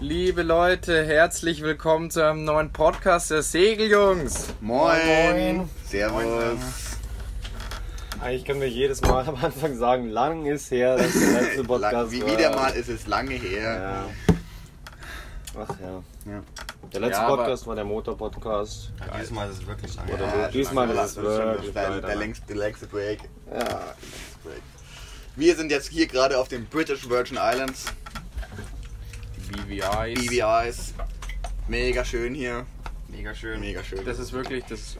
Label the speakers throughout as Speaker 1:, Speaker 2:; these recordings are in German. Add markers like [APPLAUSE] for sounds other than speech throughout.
Speaker 1: Liebe Leute, herzlich willkommen zu einem neuen Podcast der Segeljungs.
Speaker 2: Moin.
Speaker 3: Moin.
Speaker 2: Servus.
Speaker 3: Eigentlich können wir jedes Mal am Anfang sagen, lang ist her, dass
Speaker 2: [LAUGHS]
Speaker 3: der letzte
Speaker 2: Lang,
Speaker 3: Podcast
Speaker 2: wie
Speaker 3: war.
Speaker 2: wieder mal ist es lange her.
Speaker 3: Ja. Ach ja.
Speaker 2: Ja.
Speaker 3: Der letzte
Speaker 1: Ja, aber-
Speaker 3: Podcast war der Motor-Podcast.
Speaker 4: Diesmal ist es wirklich lange.
Speaker 3: Oder
Speaker 2: Ja,
Speaker 3: diesmal
Speaker 2: lang-
Speaker 3: ist es
Speaker 2: das schon
Speaker 3: wirklich ne?
Speaker 2: der,
Speaker 3: leider
Speaker 2: der,
Speaker 3: lang.
Speaker 2: längste, der längste Break.
Speaker 3: Ja.
Speaker 2: Break. Wir sind jetzt hier gerade auf den British Virgin Islands,
Speaker 1: BVIs.
Speaker 2: BVIs. Mega schön hier.
Speaker 4: Mega schön.
Speaker 2: Mega schön.
Speaker 1: Das ist wirklich das.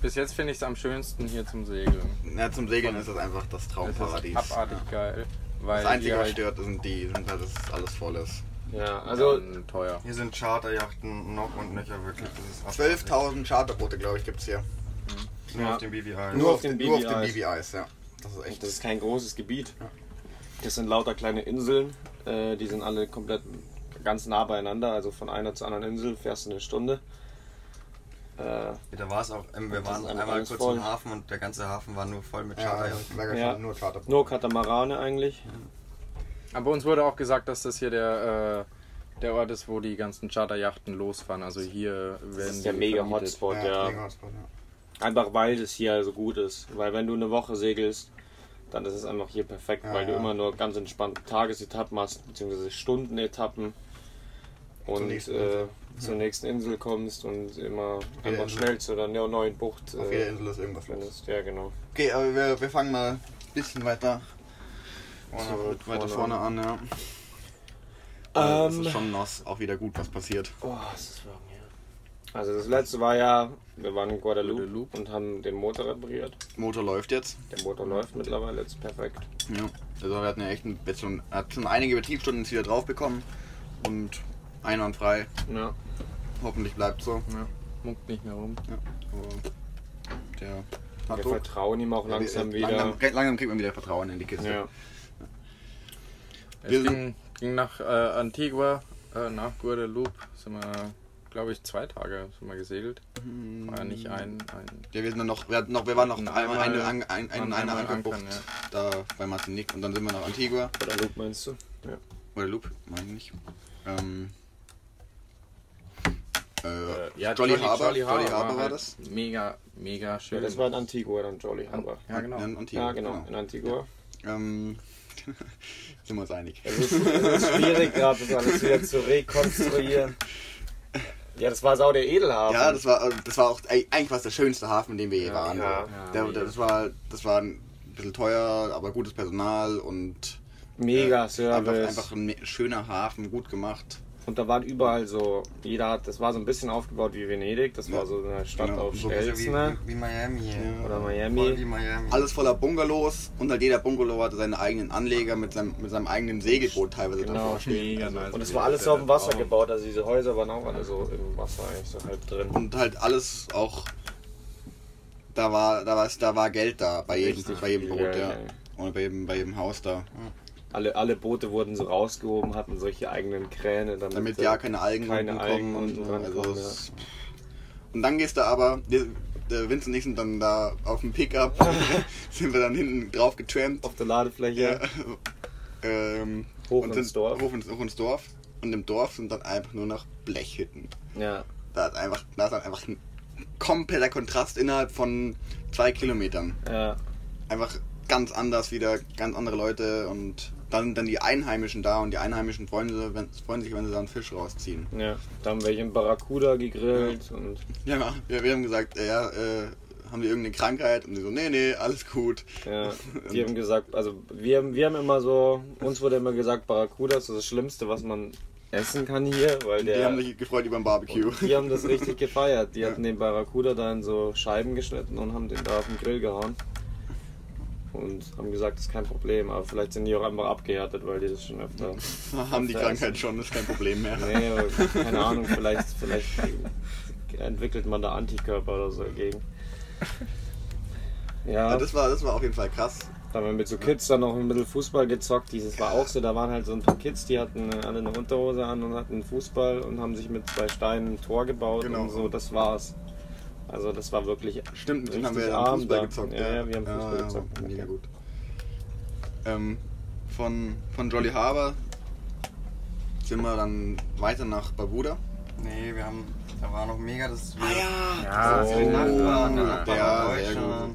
Speaker 1: Bis jetzt finde ich es am schönsten hier zum Segeln.
Speaker 2: Na, zum Segeln ist das einfach das
Speaker 1: Das
Speaker 2: Traumparadies.
Speaker 1: ist abartig geil. Weil
Speaker 2: Das Einzige,
Speaker 1: hier
Speaker 2: was
Speaker 1: halt
Speaker 2: stört, sind die, sind halt, dass alles voll ist.
Speaker 3: Ja, also
Speaker 1: dann teuer.
Speaker 4: Hier sind Charterjachten noch und nöcher wirklich. Das ist abartig.
Speaker 2: 12.000 Charterboote, glaube ich, gibt es hier.
Speaker 4: Nur
Speaker 3: Ja.
Speaker 4: auf dem halt. BBI.
Speaker 3: Nur auf den
Speaker 2: Nur auf den
Speaker 3: BVIs.
Speaker 2: BVIs, ja. Das ist echt.
Speaker 3: das ist kein großes Gebiet. Das sind lauter kleine Inseln. Äh, die sind alle komplett ganz nah beieinander. Also von einer zur anderen Insel fährst du eine Stunde. Äh,
Speaker 4: Da war es auch. Ähm, wir
Speaker 3: Das
Speaker 4: waren
Speaker 3: ist einfach
Speaker 4: einmal
Speaker 3: alles
Speaker 4: kurz
Speaker 3: voll.
Speaker 4: im Hafen und der ganze Hafen war nur voll mit
Speaker 2: ja, ja,
Speaker 4: Charterjachten.
Speaker 2: mega schön,
Speaker 3: Ja.
Speaker 2: nur Charterboote.
Speaker 3: nur Katamarane eigentlich.
Speaker 1: Aber uns wurde auch gesagt, dass das hier der, äh, der Ort ist, wo die ganzen Charterjachten losfahren. Also hier werden
Speaker 3: Das ist
Speaker 1: die
Speaker 3: der mega
Speaker 1: vermietet.
Speaker 3: Hotspot, ja.
Speaker 2: mega Hotspot, ja.
Speaker 3: Einfach weil es hier so gut ist. Weil wenn du eine Woche segelst, dann ist es einfach hier perfekt,
Speaker 2: Ja,
Speaker 3: weil du
Speaker 2: ja.
Speaker 3: immer nur ganz entspannte Tagesetappen hast, beziehungsweise Stundenetappen und zur
Speaker 2: nächsten
Speaker 3: nächsten, äh, zur nächsten Insel kommst und immer einfach
Speaker 2: Insel.
Speaker 3: schnell zu der neu- neuen Bucht
Speaker 2: Auf jeder
Speaker 3: äh,
Speaker 2: Insel ist irgendwas los.
Speaker 3: findest. Ja, genau.
Speaker 2: Okay, aber wir, wir fangen mal ein bisschen weiter vorne,
Speaker 3: Zurück,
Speaker 2: weiter vorne
Speaker 3: vorne
Speaker 2: an, ja. Also es
Speaker 3: Ähm,
Speaker 2: ist schon noch auch wieder gut, was passiert.
Speaker 3: oh, es ist warm hier. Also das letzte war ja, wir waren in Guadeloupe, Mhm.
Speaker 1: Guadeloupe.
Speaker 3: und haben den Motor repariert.
Speaker 2: Motor läuft jetzt.
Speaker 3: Der Motor läuft mittlerweile, jetzt perfekt.
Speaker 2: Ja. Also wir hatten ja echt ein bisschen, hat schon einige Betriebsstunden jetzt wieder drauf bekommen und einwandfrei.
Speaker 3: Ja.
Speaker 2: Hoffentlich bleibt so.
Speaker 1: Ja. Muckt nicht mehr rum.
Speaker 2: Aber der
Speaker 3: Wir
Speaker 2: hat Druck.
Speaker 3: vertrauen ihm auch langsam
Speaker 2: Ja,
Speaker 3: wieder.
Speaker 2: Langsam, langsam kriegt man wieder Vertrauen in die Kiste.
Speaker 3: Ja.
Speaker 1: Es
Speaker 2: Wir
Speaker 1: ging, ging nach äh, Antigua, äh, nach Guadeloupe. Sind wir, glaube ich, zwei Tage sind wir gesegelt.
Speaker 2: Mhm.
Speaker 1: War ja nicht ein, ein
Speaker 2: Ja, wir, sind dann noch, wir, hatten noch, wir waren noch
Speaker 1: Hatten
Speaker 2: einmal
Speaker 1: einmal-
Speaker 2: eine, ein, ein, ein,
Speaker 1: waren
Speaker 2: eine
Speaker 1: einmal in
Speaker 2: Ankerbucht
Speaker 1: Ankern,
Speaker 2: da bei Martinique und dann sind wir nach Antigua.
Speaker 3: Guadeloupe meinst du? Ja.
Speaker 2: Oder Loop, meine ich. Ähm,
Speaker 1: Äh,
Speaker 2: äh,
Speaker 1: ja,
Speaker 2: Jolly, Harbor, Jolly Harbor, war
Speaker 1: halt
Speaker 2: das?
Speaker 1: Mega, mega schön.
Speaker 3: Ja, das war in Antigua dann Jolly Harbor.
Speaker 1: ja, genau.
Speaker 2: In Antigua,
Speaker 3: Ja, genau, in Antigua.
Speaker 2: Ähm, [LAUGHS] sind wir uns einig.
Speaker 3: Es ist, es ist schwierig gerade, das alles wieder zu [LAUGHS] rekonstruieren. Ja, das war sau der Edelhafen.
Speaker 2: Ja, das war, äh, das war auch ey, eigentlich war es der schönste Hafen, in dem wir je
Speaker 3: Ja,
Speaker 2: waren.
Speaker 3: ja.
Speaker 2: der,
Speaker 1: mega.
Speaker 2: der, das war das war ein bisschen teuer, aber gutes Personal und äh,
Speaker 3: Mega
Speaker 2: einfach,
Speaker 3: Service.
Speaker 2: einfach ein me- schöner Hafen, gut gemacht.
Speaker 3: Und da waren überall so, jeder hat, das war so ein bisschen aufgebaut wie Venedig, das
Speaker 2: Ja.
Speaker 3: war so eine Stadt
Speaker 2: Genau,
Speaker 3: auf
Speaker 2: so
Speaker 4: Also wie,
Speaker 3: Stelzen
Speaker 4: wie, wie Miami.
Speaker 2: Ja.
Speaker 3: oder
Speaker 4: Voll wie
Speaker 3: Miami.
Speaker 4: Miami.
Speaker 2: Alles voller Bungalows und halt jeder Bungalow hatte seinen eigenen Anleger mit seinem, mit seinem eigenen Segelboot teilweise
Speaker 3: Genau.
Speaker 2: davor stehen.
Speaker 1: Mega nice.
Speaker 3: Und es war alles so auf dem Wasser gebaut, also diese Häuser waren auch alle so im Wasser eigentlich so halb drin.
Speaker 2: und halt alles auch da war da war da war Geld da bei jedem
Speaker 3: Richtig
Speaker 2: bei jedem
Speaker 3: viel
Speaker 2: Boot
Speaker 3: Geld,
Speaker 2: ja
Speaker 3: ey.
Speaker 2: und bei jedem bei jedem Haus da
Speaker 3: Alle, alle Boote wurden so rausgehoben, hatten solche eigenen Kräne, damit,
Speaker 2: damit
Speaker 3: äh,
Speaker 2: ja keine Algen
Speaker 3: keine
Speaker 2: unten
Speaker 3: Algen
Speaker 2: kommen
Speaker 3: unten dran
Speaker 2: also
Speaker 3: kommen,
Speaker 2: es- und dann gehst du aber wir- der Vince und ich sind dann da auf dem
Speaker 3: [LAUGHS]
Speaker 2: Pickup [LAUGHS] sind wir dann hinten drauf getrampt
Speaker 3: auf der Ladefläche.
Speaker 2: [LAUGHS] ähm,
Speaker 3: Hoch
Speaker 2: und
Speaker 3: ins
Speaker 2: sind-
Speaker 3: Dorf.
Speaker 2: hoch ins, hoch ins Dorf und im Dorf sind dann einfach nur noch Blechhütten
Speaker 3: Ja,
Speaker 2: da ist einfach da ist dann einfach ein kompletter Kontrast innerhalb von zwei Kilometern
Speaker 3: ja.
Speaker 2: einfach ganz anders wieder, ganz andere Leute und dann sind dann die Einheimischen da und die Einheimischen freuen, sie, wenn, freuen sich, wenn sie da einen Fisch rausziehen.
Speaker 3: Ja, da haben wir hier einen Barracuda gegrillt und
Speaker 2: Ja, wir, wir haben gesagt, äh, ja, äh, haben die irgendeine Krankheit? Und die so, nee, nee, alles gut. [LAUGHS]
Speaker 3: ja, die haben gesagt, also wir, haben- wir haben immer so, uns wurde immer gesagt, Barracuda ist das Schlimmste, was man essen kann hier, weil der.
Speaker 2: Die haben sich gefreut über ein Barbecue.
Speaker 3: die haben das richtig gefeiert. Die
Speaker 2: Ja.
Speaker 3: hatten den Barracuda da in so Scheiben geschnitten und haben den da auf den Grill gehauen. Und haben gesagt, das ist kein Problem, aber vielleicht sind die auch einfach abgehärtet, weil die das schon öfter.
Speaker 2: [LAUGHS] haben die Krankheit schon, ist kein Problem mehr.
Speaker 3: Nee, aber keine Ahnung, vielleicht, vielleicht entwickelt man da Antikörper oder so gegen.
Speaker 2: [LAUGHS] Ja, das, war, das war auf jeden Fall krass.
Speaker 3: Da haben wir mit so Kids dann noch ein bisschen Fußball gezockt. Dieses war auch so, da waren halt so ein paar Kids, die hatten alle eine Unterhose an und hatten Fußball und haben sich mit zwei Steinen ein Tor gebaut
Speaker 2: Genau.
Speaker 3: und so, das war's. Also das war wirklich
Speaker 2: Stimmt, mit denen haben wir
Speaker 3: richtig
Speaker 2: dann
Speaker 3: arm
Speaker 2: Fußball
Speaker 3: da.
Speaker 2: gezockt.
Speaker 3: Ja, ja, wir haben Fußball
Speaker 2: ja,
Speaker 3: gezockt.
Speaker 2: Mega gut. Ähm, von, von Jolly Harbor sind sind wir dann weiter nach Barbuda.
Speaker 4: Nee, wir haben. Da war noch mega das. Ah
Speaker 1: Ja,
Speaker 4: Also die Nachbarn, der Nachbar
Speaker 2: Ja,
Speaker 4: war
Speaker 2: sehr
Speaker 4: Deutsch und
Speaker 2: gut.
Speaker 4: dann haben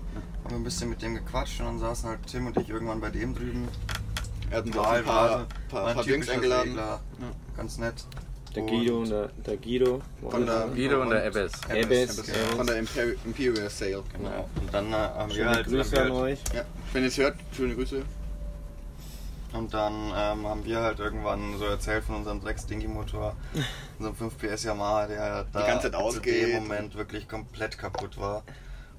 Speaker 4: wir ein bisschen mit dem gequatscht und dann saßen halt Tim und ich irgendwann bei dem drüben.
Speaker 2: Er hat uns auch
Speaker 4: Wahl
Speaker 2: ein paar,
Speaker 4: war
Speaker 2: paar, paar Jungs eingeladen.
Speaker 4: Ganz nett.
Speaker 3: Der Guido und der, der Guido.
Speaker 2: Von der-
Speaker 1: Guido und der Ebbes.
Speaker 3: Ebbes.
Speaker 4: Ebbes,
Speaker 3: Ebbes.
Speaker 2: Von der Imperi Imperial Sale.
Speaker 4: Genau. Und dann äh, haben wir
Speaker 3: Schöne
Speaker 4: halt.
Speaker 3: Grüße
Speaker 4: haben
Speaker 3: an
Speaker 4: wir
Speaker 3: euch.
Speaker 2: Ja, wenn ihr es hört, schöne Grüße.
Speaker 4: Und dann ähm, haben wir halt irgendwann so erzählt von unserem 6 Dingy
Speaker 3: [LAUGHS]
Speaker 4: Motor, unserem 5 PS Yamaha, der halt da
Speaker 2: ganze Zeit
Speaker 4: zu
Speaker 2: ausgeht.
Speaker 4: dem Moment wirklich komplett kaputt war.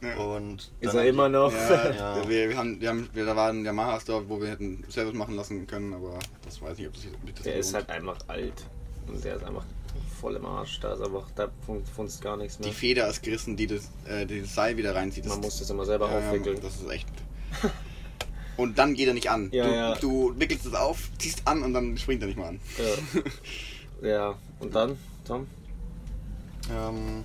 Speaker 2: Ja.
Speaker 4: Und
Speaker 3: Ist
Speaker 4: dann
Speaker 3: er
Speaker 4: hat
Speaker 3: immer noch?
Speaker 2: Ja,
Speaker 4: Oh. [LAUGHS] Ja.
Speaker 2: Wir, wir haben, wir haben, wir, da war ein Yamaha Store, wo wir hätten Service machen lassen können, aber das weiß ich, ob das, ob das
Speaker 3: [LAUGHS] Der ist
Speaker 2: lohnt.
Speaker 3: halt einfach alt. Und der ist einfach voll im Arsch. Da ist einfach, da fun- funzt gar nichts mehr.
Speaker 2: Die Feder ist gerissen, die das, äh, die das Seil wieder reinzieht. Das
Speaker 3: Man muss das immer selber
Speaker 2: Ja, ja,
Speaker 3: aufwickeln.
Speaker 2: Das ist echt. Und dann geht er nicht an.
Speaker 3: Ja,
Speaker 2: du,
Speaker 3: ja.
Speaker 2: du wickelst es auf, ziehst an und dann springt er nicht mal an. [LAUGHS]
Speaker 3: Ja. ja, und dann, Tom?
Speaker 4: Ähm,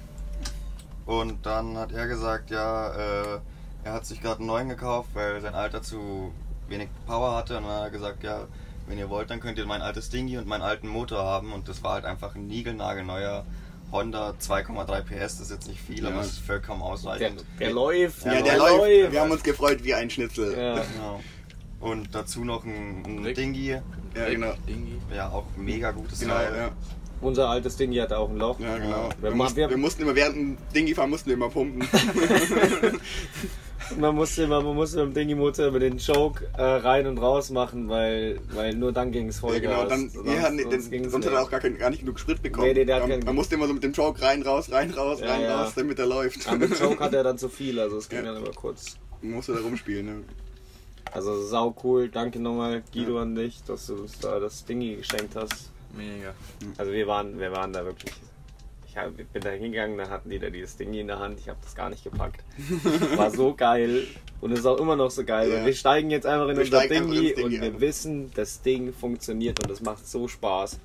Speaker 4: und dann hat er gesagt, ja, äh, er hat sich gerade einen neuen gekauft, weil sein Alter zu wenig Power hatte. Und dann hat er gesagt, ja, wenn ihr wollt, dann könnt ihr mein altes Dingy und meinen alten Motor haben. Und das war halt einfach ein niegelnagelneuer Honda 2,3 PS. Das ist jetzt nicht viel,
Speaker 2: Ja.
Speaker 4: aber es ist vollkommen
Speaker 3: Der,
Speaker 4: ausreichend.
Speaker 3: der läuft.
Speaker 2: Ja,
Speaker 4: Ja,
Speaker 2: der
Speaker 4: der
Speaker 2: läuft. Wir haben uns gefreut wie ein Schnitzel.
Speaker 3: Ja.
Speaker 4: Genau. Und dazu noch ein, ein
Speaker 1: Rick.
Speaker 4: Dingy.
Speaker 2: Ja, genau.
Speaker 1: Dingi.
Speaker 4: Ja, auch mega gutes
Speaker 2: Genau,
Speaker 4: Teil.
Speaker 2: ja.
Speaker 3: Unser altes Ding hier hat auch ein Loch.
Speaker 2: Ja, genau. Wir,
Speaker 3: Wir machen-
Speaker 2: mussten,
Speaker 3: wir-
Speaker 2: wir mussten immer während dem Dingi fahren, mussten wir immer
Speaker 3: [LAUGHS]
Speaker 2: pumpen.
Speaker 3: Man musste immer, man musste mit dem Dingy-Motor über den Choke äh, rein und raus machen, weil, weil nur dann ging es voll.
Speaker 2: Ja, genau, dann, wir hatten, den, sonst, hat er auch gar, kein, gar nicht genug Sprit bekommen.
Speaker 3: Nee, nee, der hat
Speaker 2: man,
Speaker 3: keinen-
Speaker 2: man musste immer so mit dem Choke rein, raus, rein, raus,
Speaker 3: Ja,
Speaker 2: rein,
Speaker 3: ja.
Speaker 2: raus, damit er läuft.
Speaker 3: Aber mit
Speaker 2: [LAUGHS]
Speaker 3: Choke hat er dann zu viel, also es ging
Speaker 2: Ja.
Speaker 3: dann immer kurz.
Speaker 2: musste da rumspielen. Ne?
Speaker 3: Also sau cool, danke nochmal Guido an dich, dass du uns da das Dingy geschenkt hast.
Speaker 1: Mega.
Speaker 3: Also wir waren, wir waren da wirklich. Ich hab, ich bin da hingegangen, da hatten die da dieses Ding in der Hand. Ich habe das gar
Speaker 2: [LAUGHS]
Speaker 3: nicht gepackt. War so geil und ist auch immer noch so geil.
Speaker 2: Ja.
Speaker 3: Und wir steigen jetzt einfach in
Speaker 2: Wir
Speaker 3: unser
Speaker 2: steigen einfach
Speaker 3: Dingy
Speaker 2: ins Dingy
Speaker 3: und wir
Speaker 2: ein.
Speaker 3: wissen, das Ding funktioniert und das macht so Spaß.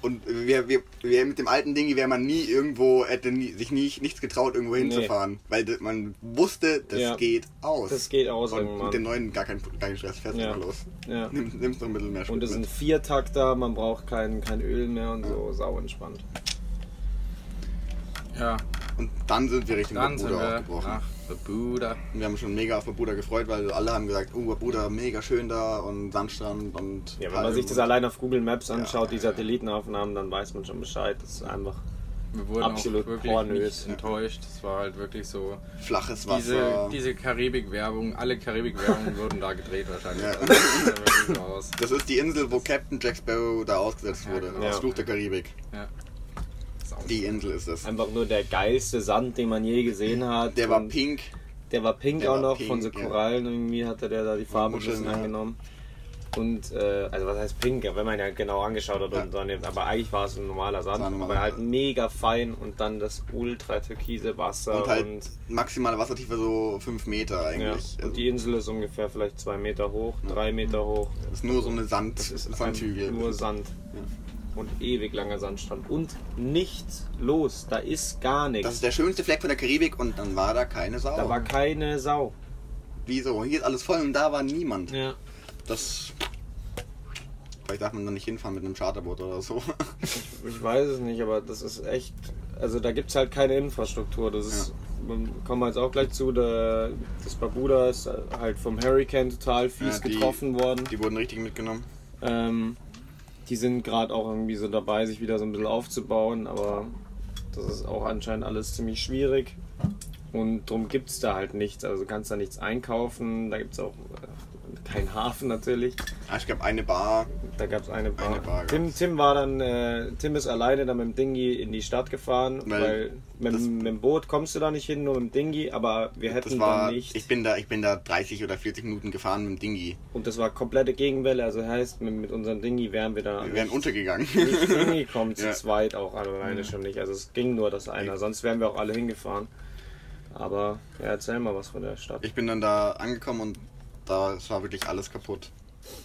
Speaker 2: Und wir, wir, wir mit dem alten Dingi wäre man nie irgendwo, hätte nie, sich nie, nichts getraut, irgendwo hinzufahren. Weil d- man wusste, das
Speaker 3: Ja.
Speaker 2: geht aus.
Speaker 3: Das geht aus
Speaker 2: Und mit dem
Speaker 3: irgendwann.
Speaker 2: neuen gar kein, gar kein Stress, fährst
Speaker 3: Ja.
Speaker 2: einfach los.
Speaker 3: Ja.
Speaker 2: Nimm, nimmst noch ein bisschen mehr Sprit
Speaker 3: Und es ist ein
Speaker 2: mit.
Speaker 3: Viertakter, man braucht kein, kein Öl mehr und so, sau entspannt.
Speaker 1: Ja,
Speaker 2: Und dann sind wir Richtung
Speaker 1: dann sind
Speaker 2: Barbuda
Speaker 1: wir
Speaker 2: aufgebrochen.
Speaker 1: nach Buda.
Speaker 2: Und wir haben schon mega auf Barbuda gefreut, weil alle haben gesagt, oh Barbuda, mega schön da und Sandstrand und...
Speaker 3: Ja, wenn man
Speaker 2: Palmen
Speaker 3: sich das
Speaker 2: und-
Speaker 3: allein auf Google Maps anschaut,
Speaker 2: ja,
Speaker 3: die Satellitenaufnahmen, dann weiß man schon Bescheid. Das ist einfach.
Speaker 1: Wir wurden
Speaker 3: Absolut
Speaker 1: auch wirklich
Speaker 3: pornös.
Speaker 1: nicht enttäuscht. Es war halt wirklich so,
Speaker 2: flaches
Speaker 1: diese,
Speaker 2: Wasser.
Speaker 1: diese Karibik-Werbung, alle
Speaker 2: [LAUGHS]
Speaker 1: Karibik-Werbungen wurden da gedreht wahrscheinlich.
Speaker 2: Ja.
Speaker 1: Also, das sieht ja wirklich so aus.
Speaker 2: das ist die Insel, wo Captain Jack Sparrow da ausgesetzt
Speaker 1: Ja,
Speaker 2: wurde.
Speaker 1: genau.
Speaker 2: Das Fluch der Karibik.
Speaker 1: Ja. Sau.
Speaker 2: Die Insel ist das.
Speaker 3: einfach nur der geilste Sand, den man je gesehen hat.
Speaker 2: Der war
Speaker 3: Und
Speaker 2: pink.
Speaker 3: Der war pink
Speaker 2: der
Speaker 3: auch
Speaker 2: war
Speaker 3: noch,
Speaker 2: pink,
Speaker 3: von so
Speaker 2: ja.
Speaker 3: Korallen irgendwie hatte der da die Farbe ein
Speaker 2: Muscheln,
Speaker 3: bisschen
Speaker 2: ja.
Speaker 3: angenommen. Und, äh, also was heißt pink, wenn man ja genau angeschaut hat
Speaker 2: Ja.
Speaker 3: und so nimmt. Aber eigentlich war es ein normaler Sand,
Speaker 2: War ein
Speaker 3: aber
Speaker 2: normaler
Speaker 3: halt
Speaker 2: Sand.
Speaker 3: mega fein und dann das ultra türkise Wasser
Speaker 2: Und
Speaker 3: und,
Speaker 2: halt maximale Wassertiefe so 5 Meter
Speaker 3: ja.
Speaker 2: eigentlich.
Speaker 3: und
Speaker 2: Also,
Speaker 3: die Insel ist ungefähr vielleicht zwei Meter hoch, drei Meter hoch.
Speaker 2: das ist nur so eine Sand,
Speaker 3: Das ist
Speaker 2: Sandhügel.
Speaker 3: ein- nur Sand. Und ewig langer Sandstrand. Und nichts los. Da ist gar
Speaker 2: das
Speaker 3: nichts.
Speaker 2: ist der schönste Fleck von der Karibik und dann war da keine Sau.
Speaker 3: Da war keine Sau.
Speaker 2: Wieso? Hier ist alles voll und da war niemand.
Speaker 3: Ja.
Speaker 2: Das. Vielleicht darf man da nicht hinfahren mit einem Charterboot oder so. [LAUGHS]
Speaker 3: Ich weiß es nicht, aber das ist echt. Also da gibt es halt keine Infrastruktur. Das ist. man- Kommen wir jetzt auch gleich zu. Der, das Barbuda ist halt vom Hurricane total fies
Speaker 2: Ja, die-
Speaker 3: getroffen worden.
Speaker 2: Die wurden richtig mitgenommen.
Speaker 3: Ähm, die sind gerade auch irgendwie so dabei, sich wieder so ein bisschen aufzubauen, aber das ist auch anscheinend alles ziemlich schwierig. Und drum gibt es da halt nichts. Also du kannst da nichts einkaufen, da gibt es auch äh, keinen Hafen natürlich.
Speaker 2: Ah, ich glaube, eine Bar.
Speaker 3: Da gab es eine Bar.
Speaker 2: Eine Bar
Speaker 3: Tim,
Speaker 2: gab's.
Speaker 3: Tim war dann, äh, Tim ist alleine dann mit dem Dingi in die Stadt gefahren, weil,
Speaker 2: Weil
Speaker 3: mit,
Speaker 2: das-
Speaker 3: dem- mit dem Boot kommst du da nicht hin, nur mit dem Dingi, aber wir hätten
Speaker 2: Das war.
Speaker 3: dann nicht.
Speaker 2: Ich bin, da, ich bin da 30 oder 40 Minuten gefahren mit dem Dingi.
Speaker 3: Und das war komplette Gegenwelle, also heißt, mit, mit unserem Dingi wären wir da
Speaker 2: Wir wären untergegangen.
Speaker 3: Ah, nicht [LAUGHS] hingekommen, zu
Speaker 2: Ja.
Speaker 3: zweit auch alleine schon nicht. Also es ging nur das einer, sonst wären wir auch alle hingefahren. Aber ja, erzähl mal was von der Stadt.
Speaker 2: Ich bin dann da angekommen und da es war wirklich alles kaputt.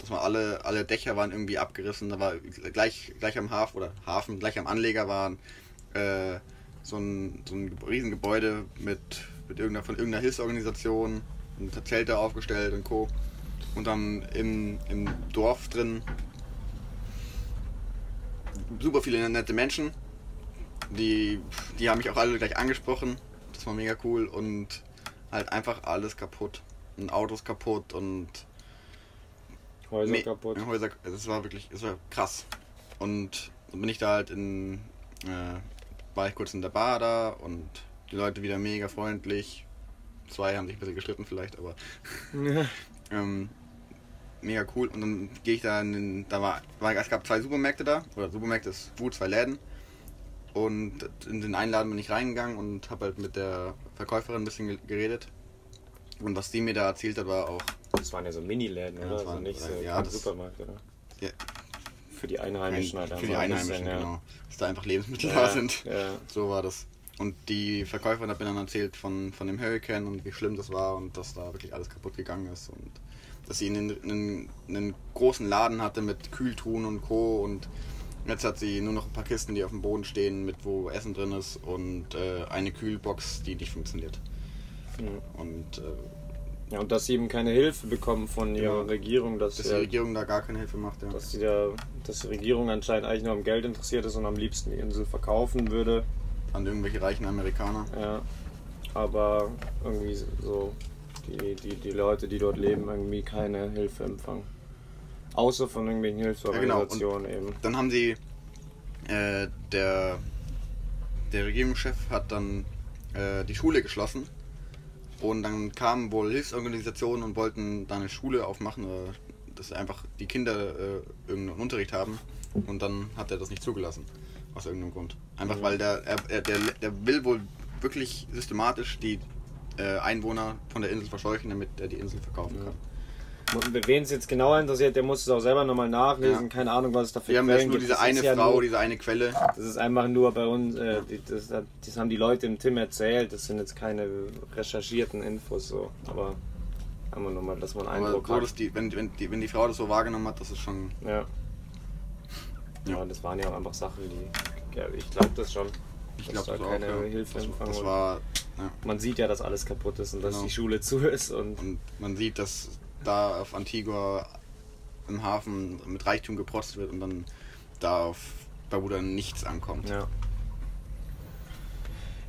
Speaker 2: Das war alle, alle Dächer waren irgendwie abgerissen. Da war gleich, gleich am Hafen oder Hafen, gleich am Anleger waren äh, so, ein, so ein Riesengebäude mit, mit irgendeiner, von irgendeiner Hilfsorganisation und hat Zelte aufgestellt und Co. Und dann im, im Dorf drin super viele nette Menschen. Die, die haben mich auch alle gleich angesprochen. Das war mega cool. Und halt einfach alles kaputt. Und Autos kaputt und
Speaker 3: Häuser
Speaker 2: Me-
Speaker 3: kaputt.
Speaker 2: ja, Häuser, das war wirklich, das war krass. Und dann bin ich da halt in, äh, war ich kurz in der Bar da und die Leute wieder mega freundlich. Zwei haben sich ein bisschen gestritten vielleicht, aber [LAUGHS] ähm, mega cool. Und dann gehe ich da in den, da war, war, es gab zwei Supermärkte da, oder Supermärkte ist gut, zwei Läden. Und in den einen Laden bin ich reingegangen und habe halt mit der Verkäuferin ein bisschen ge- geredet. Und was die mir da erzählt hat, war auch
Speaker 3: Das waren ja so Mini-Läden,
Speaker 2: Ja,
Speaker 3: oder?
Speaker 2: das
Speaker 3: Also
Speaker 2: waren-
Speaker 3: nicht so
Speaker 2: ja,
Speaker 3: kein
Speaker 2: das-
Speaker 3: Supermarkt, oder?
Speaker 2: Ja.
Speaker 3: Für die Einheimischen halt
Speaker 2: für die
Speaker 3: einfach ein
Speaker 2: Einheimischen,
Speaker 3: bisschen, ja.
Speaker 2: genau. Dass da einfach Lebensmittel
Speaker 3: Ja,
Speaker 2: da sind.
Speaker 3: Ja.
Speaker 2: So war das. Und die Verkäuferin hat mir dann erzählt von, von dem Hurricane und wie schlimm das war und dass da wirklich alles kaputt gegangen ist und dass sie einen, einen, einen großen Laden hatte mit Kühltruhen und Co. Und jetzt hat sie nur noch ein paar Kisten, die auf dem Boden stehen, mit wo Essen drin ist und äh, eine Kühlbox, die nicht funktioniert.
Speaker 3: Mhm.
Speaker 2: Und äh,
Speaker 3: ja, und dass sie eben keine Hilfe bekommen von
Speaker 2: Genau.
Speaker 3: ihrer Regierung, dass,
Speaker 2: dass
Speaker 3: ja,
Speaker 2: die Regierung da gar keine Hilfe macht, ja.
Speaker 3: dass, die da, dass die Regierung anscheinend eigentlich nur am Geld interessiert ist und am liebsten die Insel verkaufen würde.
Speaker 2: An irgendwelche reichen Amerikaner.
Speaker 3: Ja. Aber irgendwie so die, die, die Leute, die dort leben, irgendwie keine Hilfe empfangen. Außer von irgendwelchen
Speaker 2: genau.
Speaker 3: Hilfsorganisationen eben.
Speaker 2: dann haben sie äh, der der Regierungschef hat dann äh, die Schule geschlossen und dann kamen wohl Hilfsorganisationen und wollten da eine Schule aufmachen, oder dass einfach die Kinder äh, irgendeinen Unterricht haben und dann hat er das nicht zugelassen aus irgendeinem Grund. Einfach
Speaker 3: Mhm.
Speaker 2: weil der, er, er, der der will wohl wirklich systematisch die äh, Einwohner von der Insel verscheuchen, damit er die Insel verkaufen
Speaker 3: Mhm.
Speaker 2: kann.
Speaker 3: Wen es jetzt genauer interessiert, der muss es auch selber nochmal nachlesen.
Speaker 2: Ja.
Speaker 3: Keine Ahnung, was es da für
Speaker 2: Wir haben
Speaker 3: Quellen
Speaker 2: jetzt nur
Speaker 3: gibt.
Speaker 2: diese
Speaker 3: Das ist
Speaker 2: eine
Speaker 3: ja
Speaker 2: Frau,
Speaker 3: nur-
Speaker 2: diese eine Quelle.
Speaker 3: Das ist einfach nur bei uns, äh, die, das, hat- das haben die Leute im Tim erzählt, das sind jetzt keine recherchierten Infos so, aber einfach nur mal, dass man einen
Speaker 2: Aber
Speaker 3: Eindruck
Speaker 2: so,
Speaker 3: hat.
Speaker 2: dass die, wenn, wenn, die, wenn die Frau das so wahrgenommen hat, das ist schon.
Speaker 3: Ja.
Speaker 2: Ja.
Speaker 3: ja, das waren ja auch einfach Sachen, die, ja, ich glaube das schon,
Speaker 2: Ich
Speaker 3: Dass
Speaker 2: glaube,
Speaker 3: da
Speaker 2: das, auch,
Speaker 3: keine
Speaker 2: ja.
Speaker 3: Hilfe
Speaker 2: das,
Speaker 3: empfangen
Speaker 2: das
Speaker 3: wurde.
Speaker 2: war.
Speaker 3: man sieht ja, dass alles kaputt ist und dass
Speaker 2: Genau.
Speaker 3: die Schule zu ist und
Speaker 2: Und man sieht, dass da auf Antigua im Hafen mit Reichtum geprotzt wird und dann da auf Barbuda nichts ankommt.
Speaker 3: ja.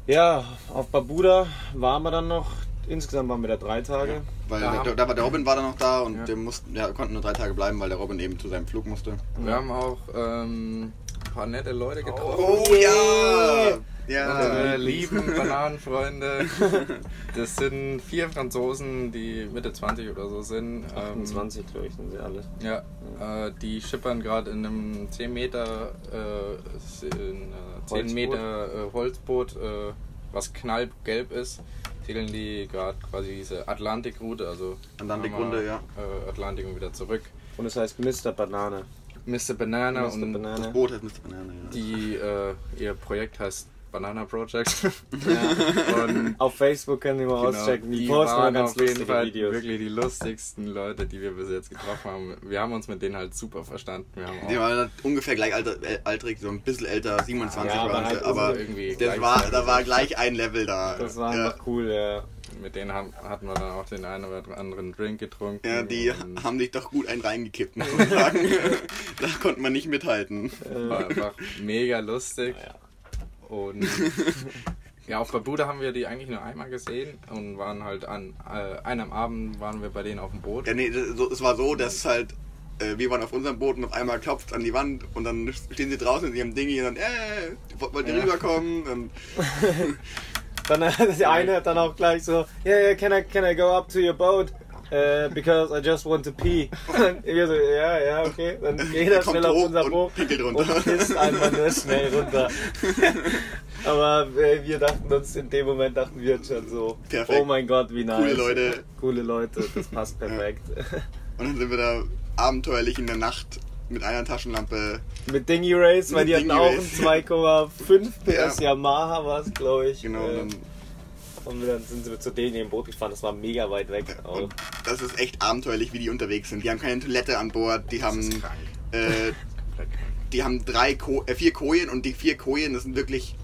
Speaker 3: Ja, auf Barbuda waren wir dann noch, insgesamt waren wir da drei Tage.
Speaker 2: Weil
Speaker 1: Da
Speaker 2: da,
Speaker 1: haben-
Speaker 2: da, war der Robin war da noch da und
Speaker 1: Ja.
Speaker 2: der, mussten, der konnte nur drei Tage bleiben, weil der Robin eben zu seinem Flug musste.
Speaker 1: Wir haben auch ähm, ein paar nette Leute getroffen.
Speaker 2: Oh ja!
Speaker 1: Unsere
Speaker 2: Ja!
Speaker 1: lieben Bananenfreunde.
Speaker 2: [LAUGHS]
Speaker 1: Das sind vier Franzosen, die Mitte 20 oder so sind. Ähm,
Speaker 3: 28, glaube Um ich, sind sie alle.
Speaker 1: Ja, äh, die schippern gerade in einem 10 Meter, äh, in, äh, 10
Speaker 3: Holzboot.
Speaker 1: Meter äh, Holzboot, äh, was knallgelb ist, segeln die gerade quasi diese Atlantikroute, also
Speaker 2: Atlantikrunde,
Speaker 1: einmal,
Speaker 2: ja.
Speaker 1: äh, Atlantik und wieder zurück.
Speaker 3: Und es heißt Mr. Banane.
Speaker 1: Mr. Banana
Speaker 3: Mr.
Speaker 1: und
Speaker 3: Banana.
Speaker 2: Genau, Das Boot hat Mr. Banana, ja.
Speaker 1: die äh, ihr Projekt heißt Banana Project
Speaker 3: Ja.
Speaker 1: [LAUGHS] und
Speaker 3: Auf Facebook können die mal
Speaker 1: Genau,
Speaker 3: auschecken. Die,
Speaker 1: die
Speaker 3: posten mal
Speaker 1: waren
Speaker 3: ganz
Speaker 1: auf jeden
Speaker 3: lustige
Speaker 1: Fall
Speaker 3: Videos.
Speaker 1: wirklich die lustigsten Leute, die wir bis jetzt getroffen haben. Wir haben uns mit denen halt super verstanden. Wir haben auch
Speaker 2: Die waren halt ungefähr gleich alter, äl- altrig, so ein bisschen älter, 27
Speaker 3: Ja, aber
Speaker 2: waren
Speaker 3: halt
Speaker 2: sie, aber
Speaker 1: irgendwie
Speaker 2: das
Speaker 1: gleich
Speaker 2: war,
Speaker 1: alt.
Speaker 2: da war gleich ein Level da.
Speaker 3: Das war
Speaker 2: ja.
Speaker 3: einfach cool, ja.
Speaker 1: Mit denen haben, hatten wir dann auch den einen oder anderen Drink getrunken.
Speaker 2: Ja, die
Speaker 3: Mhm.
Speaker 1: und
Speaker 2: haben dich doch gut einen reingekippt, muss man sagen. [LAUGHS] da konnte man nicht mithalten.
Speaker 1: war einfach mega lustig.
Speaker 3: Ja.
Speaker 2: [LAUGHS]
Speaker 1: Und ja, auf Barbuda haben wir die eigentlich nur einmal gesehen und waren halt an äh, einem Abend waren wir bei denen auf dem Boot.
Speaker 2: Ja, nee, das- so, es war so, dass halt, äh, wir waren auf unserem Boot und auf einmal klopft an die Wand und dann stehen sie draußen in ihrem Ding hier und dann, äh, wollt wollt ihr
Speaker 3: Ja.
Speaker 2: rüberkommen?
Speaker 3: [LAUGHS]
Speaker 2: Und
Speaker 3: Dann [LAUGHS] äh, der eine hat dann auch gleich so, yeah, yeah, can I, can I go up to your boat? Äh, because I just want to pee. Und wir so, ja, ja, okay. Dann geht
Speaker 2: Der
Speaker 3: er
Speaker 2: kommt
Speaker 3: schnell auf
Speaker 2: hoch
Speaker 3: unser
Speaker 2: und
Speaker 3: Boot
Speaker 2: pinkelt runter.
Speaker 3: und pisst einfach nur schnell runter. Aber äh, wir dachten uns, in dem Moment dachten wir uns schon so,
Speaker 2: Perfekt.
Speaker 3: oh mein Gott, wie nice.
Speaker 2: Coole Leute.
Speaker 3: Coole Leute, das passt perfekt.
Speaker 2: [LAUGHS] und dann sind wir da abenteuerlich in der Nacht mit einer Taschenlampe.
Speaker 3: Mit Dingy Race, weil
Speaker 2: Mit
Speaker 3: die hatten
Speaker 2: Dinghy
Speaker 3: auch ein
Speaker 2: Race.
Speaker 3: 2,5
Speaker 2: [LAUGHS]
Speaker 3: PS
Speaker 2: Ja.
Speaker 3: Yamaha war es, glaube ich.
Speaker 2: Genau,
Speaker 3: Äh,
Speaker 2: und dann
Speaker 3: Und dann sind sie zu denen im Boot gefahren, das war mega weit weg. Auch.
Speaker 2: Und das ist echt abenteuerlich, wie die unterwegs sind. Die haben keine Toilette an Bord, die haben,
Speaker 1: ist krank.
Speaker 2: äh, die haben drei Ko äh, vier Kojen und die vier Kojen, das sind wirklich,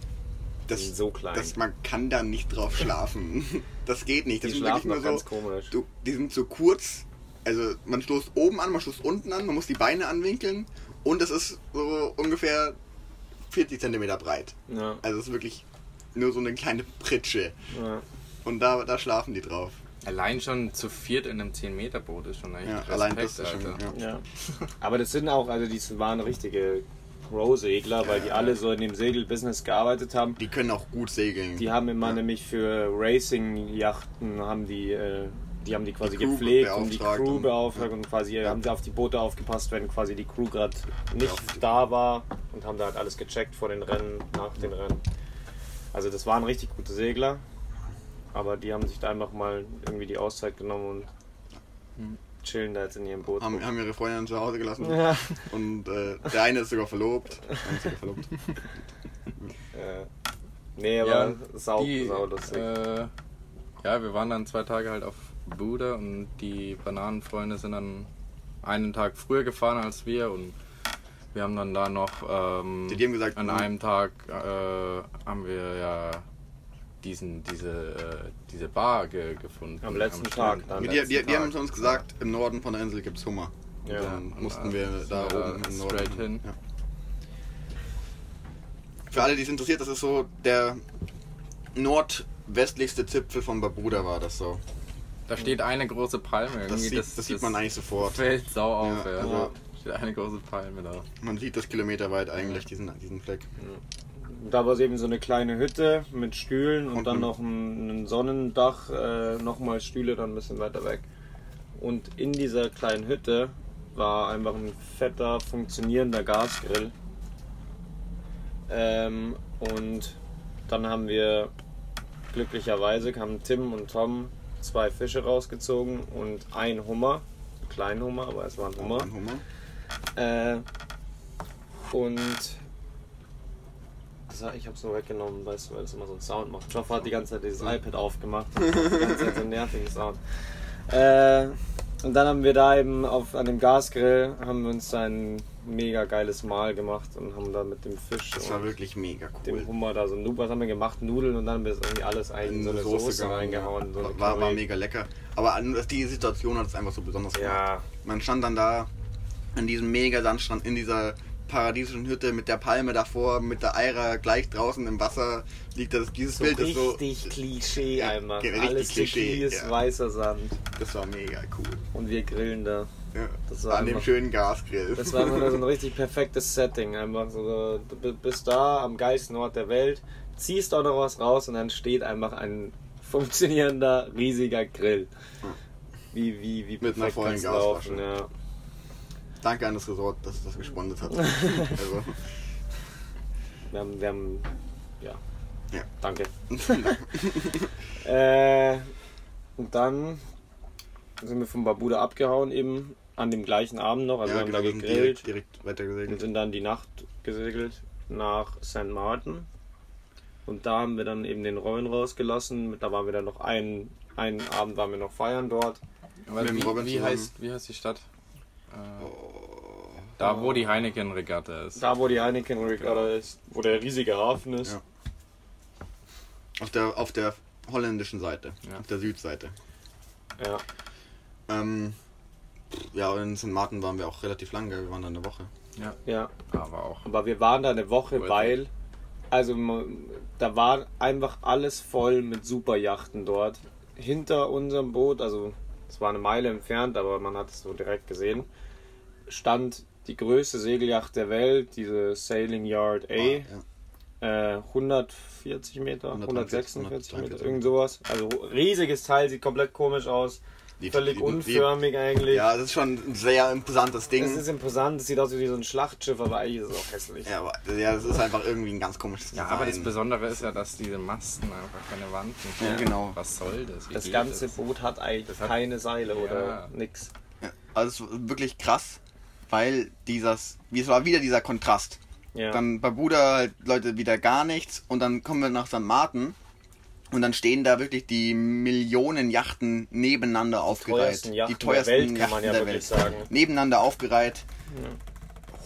Speaker 2: das,
Speaker 3: Die sind so klein.
Speaker 2: Das, man kann da nicht drauf
Speaker 3: [LAUGHS]
Speaker 2: schlafen. Das geht nicht. Das
Speaker 3: die
Speaker 2: sind wirklich
Speaker 3: schlafen
Speaker 2: nur
Speaker 3: noch
Speaker 2: so,
Speaker 3: ganz komisch.
Speaker 2: Du, die sind so kurz. Also man stoßt oben an, man stoßt unten an, man muss die Beine anwinkeln und es ist so ungefähr 40 Zentimeter breit.
Speaker 3: Ja,
Speaker 2: Also es ist wirklich nur so eine kleine Pritsche.
Speaker 3: ja.
Speaker 2: Und da, da schlafen die drauf.
Speaker 1: Allein schon zu viert in einem 10-Meter-Boot ist schon echt
Speaker 2: Ja,
Speaker 1: Respekt,
Speaker 2: allein das ist
Speaker 1: Alter.
Speaker 2: schon. Ja. [LAUGHS]
Speaker 3: Ja. Aber das sind auch, also die waren richtige Pro-Segler, weil die alle so in dem Segelbusiness gearbeitet haben.
Speaker 2: Die können auch gut segeln.
Speaker 3: Die haben immer
Speaker 2: Ja.
Speaker 3: nämlich für Racing-Yachten haben die, äh, die haben die quasi
Speaker 2: Die Crew
Speaker 3: gepflegt und die
Speaker 2: beauftragt
Speaker 3: Crew
Speaker 2: und-
Speaker 3: beauftragt und quasi haben sie auf die Boote aufgepasst, wenn quasi die Crew gerade nicht da war und haben da halt alles gecheckt vor den Rennen, nach den Rennen. Also das waren richtig gute Segler, aber die haben sich da einfach mal irgendwie die Auszeit genommen und chillen da jetzt in ihrem Boot.
Speaker 2: haben, haben ihre Freundin zu Hause gelassen.
Speaker 3: Ja.
Speaker 2: Und äh, der eine ist sogar verlobt. Der eine ist sogar
Speaker 3: [LAUGHS]
Speaker 2: verlobt.
Speaker 3: Äh, [LAUGHS] nee, aber
Speaker 1: Ja,
Speaker 3: sau,
Speaker 1: die,
Speaker 3: sau lustig.
Speaker 1: äh, ja, wir waren dann zwei Tage halt auf Buda und die Bananenfreunde sind dann einen Tag früher gefahren als wir und wir haben dann da noch ähm,
Speaker 2: Die haben gesagt,
Speaker 1: an
Speaker 2: "Mhm."
Speaker 1: einem Tag äh, haben wir ja diesen diese äh, diese Bar ge gefunden
Speaker 3: Am letzten
Speaker 1: Strand.
Speaker 3: Tag dann.
Speaker 2: Die,
Speaker 1: letzten
Speaker 2: die, die haben
Speaker 1: Tag.
Speaker 2: zu uns gesagt, im Norden von der Insel gibt es Hummer. Und
Speaker 3: Ja.
Speaker 2: dann
Speaker 1: Und
Speaker 2: mussten
Speaker 1: dann
Speaker 2: wir
Speaker 1: sind
Speaker 2: da
Speaker 1: wir
Speaker 2: oben im Norden.
Speaker 1: straight hin.
Speaker 2: Ja. Für alle, die es interessiert, das ist so der nordwestlichste Zipfel von Barbuda war das so.
Speaker 1: Da steht eine große Palme.
Speaker 2: Das,
Speaker 1: irgendwie,
Speaker 2: sieht, das, sieht man eigentlich sofort.
Speaker 1: Fällt sau auf,
Speaker 2: Ja,
Speaker 1: ja.
Speaker 2: also-
Speaker 1: Steht eine große Palme da.
Speaker 2: Man sieht das kilometerweit eigentlich, diesen, diesen Fleck.
Speaker 3: Und Da war es eben so eine kleine Hütte mit Stühlen und,
Speaker 2: Und
Speaker 3: dann
Speaker 2: ein-
Speaker 3: noch ein, ein Sonnendach, äh, nochmal Stühle, dann ein bisschen weiter weg. Und in dieser kleinen Hütte war einfach ein fetter, funktionierender Gasgrill. Ähm, und dann haben wir glücklicherweise kamen Tim und Tom zwei Fische rausgezogen und ein Hummer, einen kleinen Hummer, aber es war ein Hummer.
Speaker 2: Ein Hummer.
Speaker 3: Äh, und das, war- ich hab's nur weggenommen, weißt du, weil das immer so einen Sound macht. Joff hat die ganze Zeit dieses iPad aufgemacht. und macht die ganze Zeit so einen nervigen Sound. Äh, und dann haben wir da eben auf, an dem Gasgrill haben wir uns ein mega geiles Mahl gemacht und haben da mit dem Fisch
Speaker 2: Das war
Speaker 3: und
Speaker 2: wirklich mega
Speaker 3: dem
Speaker 2: cool.
Speaker 3: Hummer da so Nudeln, was haben wir gemacht? Nudeln und dann haben wir das irgendwie alles ein, in so eine Soße,
Speaker 2: gehauen,
Speaker 3: reingehauen. So eine
Speaker 2: war, war, war
Speaker 3: Curry.
Speaker 2: mega lecker. Aber an, die Situation hat es einfach so besonders gemacht.
Speaker 3: Ja,
Speaker 2: Man stand dann da an diesem mega Sandstrand, in dieser paradiesischen Hütte mit der Palme davor, mit der Eira gleich draußen im Wasser liegt das. Dieses
Speaker 3: so
Speaker 2: Bild ist so.
Speaker 3: richtig Klischee
Speaker 2: Ja,
Speaker 3: einmal.
Speaker 2: richtig
Speaker 3: Alles
Speaker 2: Klischee,
Speaker 3: Türkis,
Speaker 2: ja.
Speaker 3: weißer Sand.
Speaker 2: Das war mega cool.
Speaker 3: Und wir grillen da.
Speaker 2: Ja.
Speaker 3: Das war
Speaker 2: an dem
Speaker 3: einfach-
Speaker 2: schönen Gasgrill.
Speaker 3: Das war immer nur so ein richtig perfektes Setting. Einfach so, du bi- bist da am geilsten Ort der Welt, ziehst auch noch was raus und dann steht einfach ein funktionierender, riesiger Grill. Wie, wie, wie
Speaker 2: Mit einer
Speaker 3: perfekt
Speaker 2: vollen
Speaker 3: kann's laufen,
Speaker 2: Gasflasche.
Speaker 3: ja.
Speaker 2: [LAUGHS] Danke an das Resort, dass das gesponsert
Speaker 3: [LAUGHS]
Speaker 2: hat. also,
Speaker 3: Wir haben, wir haben ja.
Speaker 2: Ja.
Speaker 3: Danke.
Speaker 2: [LAUGHS]
Speaker 3: äh, und dann sind wir von Barbuda abgehauen eben an dem gleichen Abend noch. Also
Speaker 2: ja,
Speaker 3: wir haben
Speaker 2: genau,
Speaker 3: da
Speaker 2: wir sind
Speaker 3: gegrillt.
Speaker 2: direkt, direkt
Speaker 3: und
Speaker 2: weitergesegelt.
Speaker 3: sind dann die Nacht gesegelt nach St. Martin. Und da haben wir dann eben den Robin rausgelassen. Da waren wir dann noch einen, einen Abend waren wir noch feiern dort.
Speaker 1: Aber
Speaker 2: Mit dem Robin
Speaker 1: wie, wie,
Speaker 2: zusammen. Oh.
Speaker 1: heißt, wie heißt die Stadt? Äh, Da, wo die Heineken-Regatta ist.
Speaker 3: Da, wo die Heineken Regatta ist, wo der riesige Hafen ist.
Speaker 2: Ja. Auf der, auf der holländischen Seite,
Speaker 1: Ja.
Speaker 2: auf der Südseite.
Speaker 3: Ja.
Speaker 2: Ähm, ja, und in St. Martin waren wir auch relativ lange, wir waren da eine Woche.
Speaker 3: ja.
Speaker 1: Aber auch.
Speaker 3: Aber wir waren da eine Woche,
Speaker 1: Worth
Speaker 3: weil, also m- da war einfach alles voll mit Superjachten dort. Hinter unserem Boot, also es war eine Meile entfernt, aber man hat es so direkt gesehen, stand die größte Segeljacht der Welt, diese Sailing Yard A.
Speaker 2: Ja.
Speaker 3: Äh, 140 Meter,
Speaker 2: 146,
Speaker 3: 146 Meter,
Speaker 2: 143.
Speaker 3: irgend sowas. Also riesiges Teil, sieht komplett komisch aus.
Speaker 2: Die-
Speaker 3: Völlig
Speaker 2: die- die-
Speaker 3: unförmig eigentlich.
Speaker 2: Ja, das ist schon ein sehr imposantes Ding.
Speaker 3: Es ist imposant, es sieht aus wie so ein Schlachtschiff, aber eigentlich ist es auch hässlich.
Speaker 2: ja, aber ja, das ist einfach irgendwie ein ganz komisches
Speaker 1: Ja, aber das Besondere ist ja, dass diese Masten einfach keine Wanden haben.
Speaker 2: Ja, genau.
Speaker 1: Was soll das? Wie
Speaker 3: Das
Speaker 1: geht
Speaker 3: ganze
Speaker 1: das?
Speaker 3: Boot hat eigentlich
Speaker 1: Das hat-
Speaker 3: keine Seile oder
Speaker 1: Ja.
Speaker 3: nix.
Speaker 2: Ja, also es war wirklich krass, weil dieses, wie es war wieder dieser Kontrast.
Speaker 3: Ja.
Speaker 2: Dann bei Buda halt Leute wieder gar nichts und dann kommen wir nach St. Martin und dann stehen da wirklich die Millionen Yachten nebeneinander aufgereiht.
Speaker 3: teuersten Yachten der Welt, kann man ja wirklich sagen.
Speaker 2: Nebeneinander aufgereiht.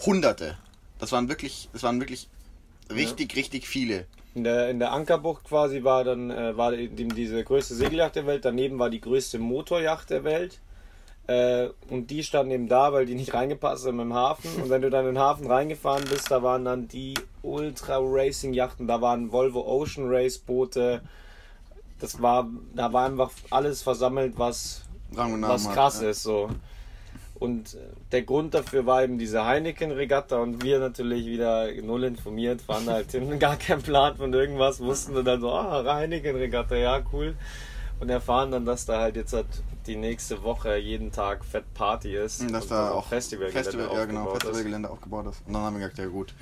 Speaker 2: Hunderte. Das waren wirklich, das waren wirklich richtig, richtig viele.
Speaker 3: in, der, in der Ankerbucht quasi war dann äh, war eben diese größte Segeljacht der Welt, daneben war die größte Motorjacht der Welt. Äh, und die standen eben da, weil die nicht reingepasst haben im Hafen. Und wenn du dann in den Hafen reingefahren bist, da waren dann die Ultra Racing Yachten, da waren Volvo Ocean Race Boote. Das war, da war einfach alles versammelt, was,
Speaker 2: Rang und Namen
Speaker 3: was
Speaker 2: hat,
Speaker 3: krass
Speaker 2: ja.
Speaker 3: ist, so. Und äh, der Grund dafür war eben diese Heineken-Regatta und wir natürlich wieder null informiert, waren da halt [LAUGHS] hin, gar keinen Plan von irgendwas, wussten wir dann so, ah, Heineken-Regatta, ja, cool. Und erfahren dann, dass da halt jetzt halt die nächste Woche jeden Tag Fett Party ist.
Speaker 2: Und Mhm, dass
Speaker 3: und
Speaker 2: da
Speaker 3: dann
Speaker 2: auch
Speaker 3: Festivalgelände
Speaker 2: Festival, ja, genau,
Speaker 3: aufgebaut ist.
Speaker 2: Festivalgelände aufgebaut ist. Und dann haben wir gesagt, ja gut,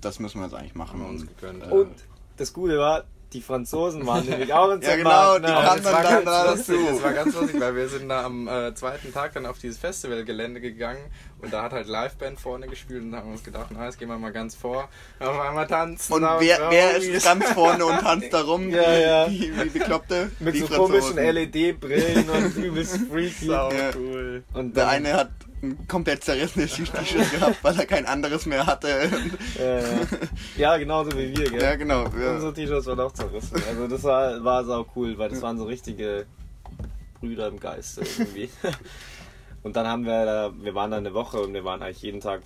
Speaker 2: das müssen wir jetzt eigentlich machen.
Speaker 3: Mhm.
Speaker 1: Haben wir uns
Speaker 2: Und,
Speaker 1: gegönnt.
Speaker 2: äh,
Speaker 3: Und das Gute war, die Franzosen waren nämlich auch in
Speaker 2: Ja,
Speaker 3: Zermatt,
Speaker 2: genau, die
Speaker 3: ne?
Speaker 2: kamen
Speaker 1: Das war
Speaker 2: dann
Speaker 1: ganz
Speaker 2: da
Speaker 1: lustig,
Speaker 2: dazu.
Speaker 1: das war ganz lustig, weil wir sind da am äh, zweiten Tag dann auf dieses Festivalgelände gegangen und da hat halt Liveband vorne gespielt und da haben wir uns gedacht, na, jetzt gehen wir mal ganz vor, auf einmal tanzen.
Speaker 2: und
Speaker 1: auf
Speaker 2: wer, wer
Speaker 1: Rauchis.
Speaker 2: ist ganz vorne und
Speaker 3: [LAUGHS]
Speaker 2: tanzt da rum?
Speaker 3: Ja, ja.
Speaker 2: [LAUGHS] Wie, wie Bekloppte?
Speaker 3: Mit
Speaker 2: die
Speaker 3: so
Speaker 2: Franzosen.
Speaker 3: komischen E LED-Brillen und übelst
Speaker 2: [LAUGHS]
Speaker 3: freaky.
Speaker 1: Sau
Speaker 2: Ja.
Speaker 1: cool.
Speaker 3: Und
Speaker 2: Der
Speaker 3: dann-
Speaker 2: eine hat ein komplett
Speaker 3: [LAUGHS]
Speaker 2: zerrissenes T-Shirt gehabt, weil er kein anderes mehr hatte.
Speaker 3: Ja, ja. Äh, ja, genauso wie wir, gell?
Speaker 2: ja, genau.
Speaker 3: Unsere
Speaker 2: Ja.
Speaker 3: T-Shirts waren auch zerrissen. Also das war, war sau cool, weil das waren so richtige Brüder im Geiste irgendwie. [LAUGHS] Und dann haben wir da, wir waren da eine Woche und wir waren eigentlich jeden Tag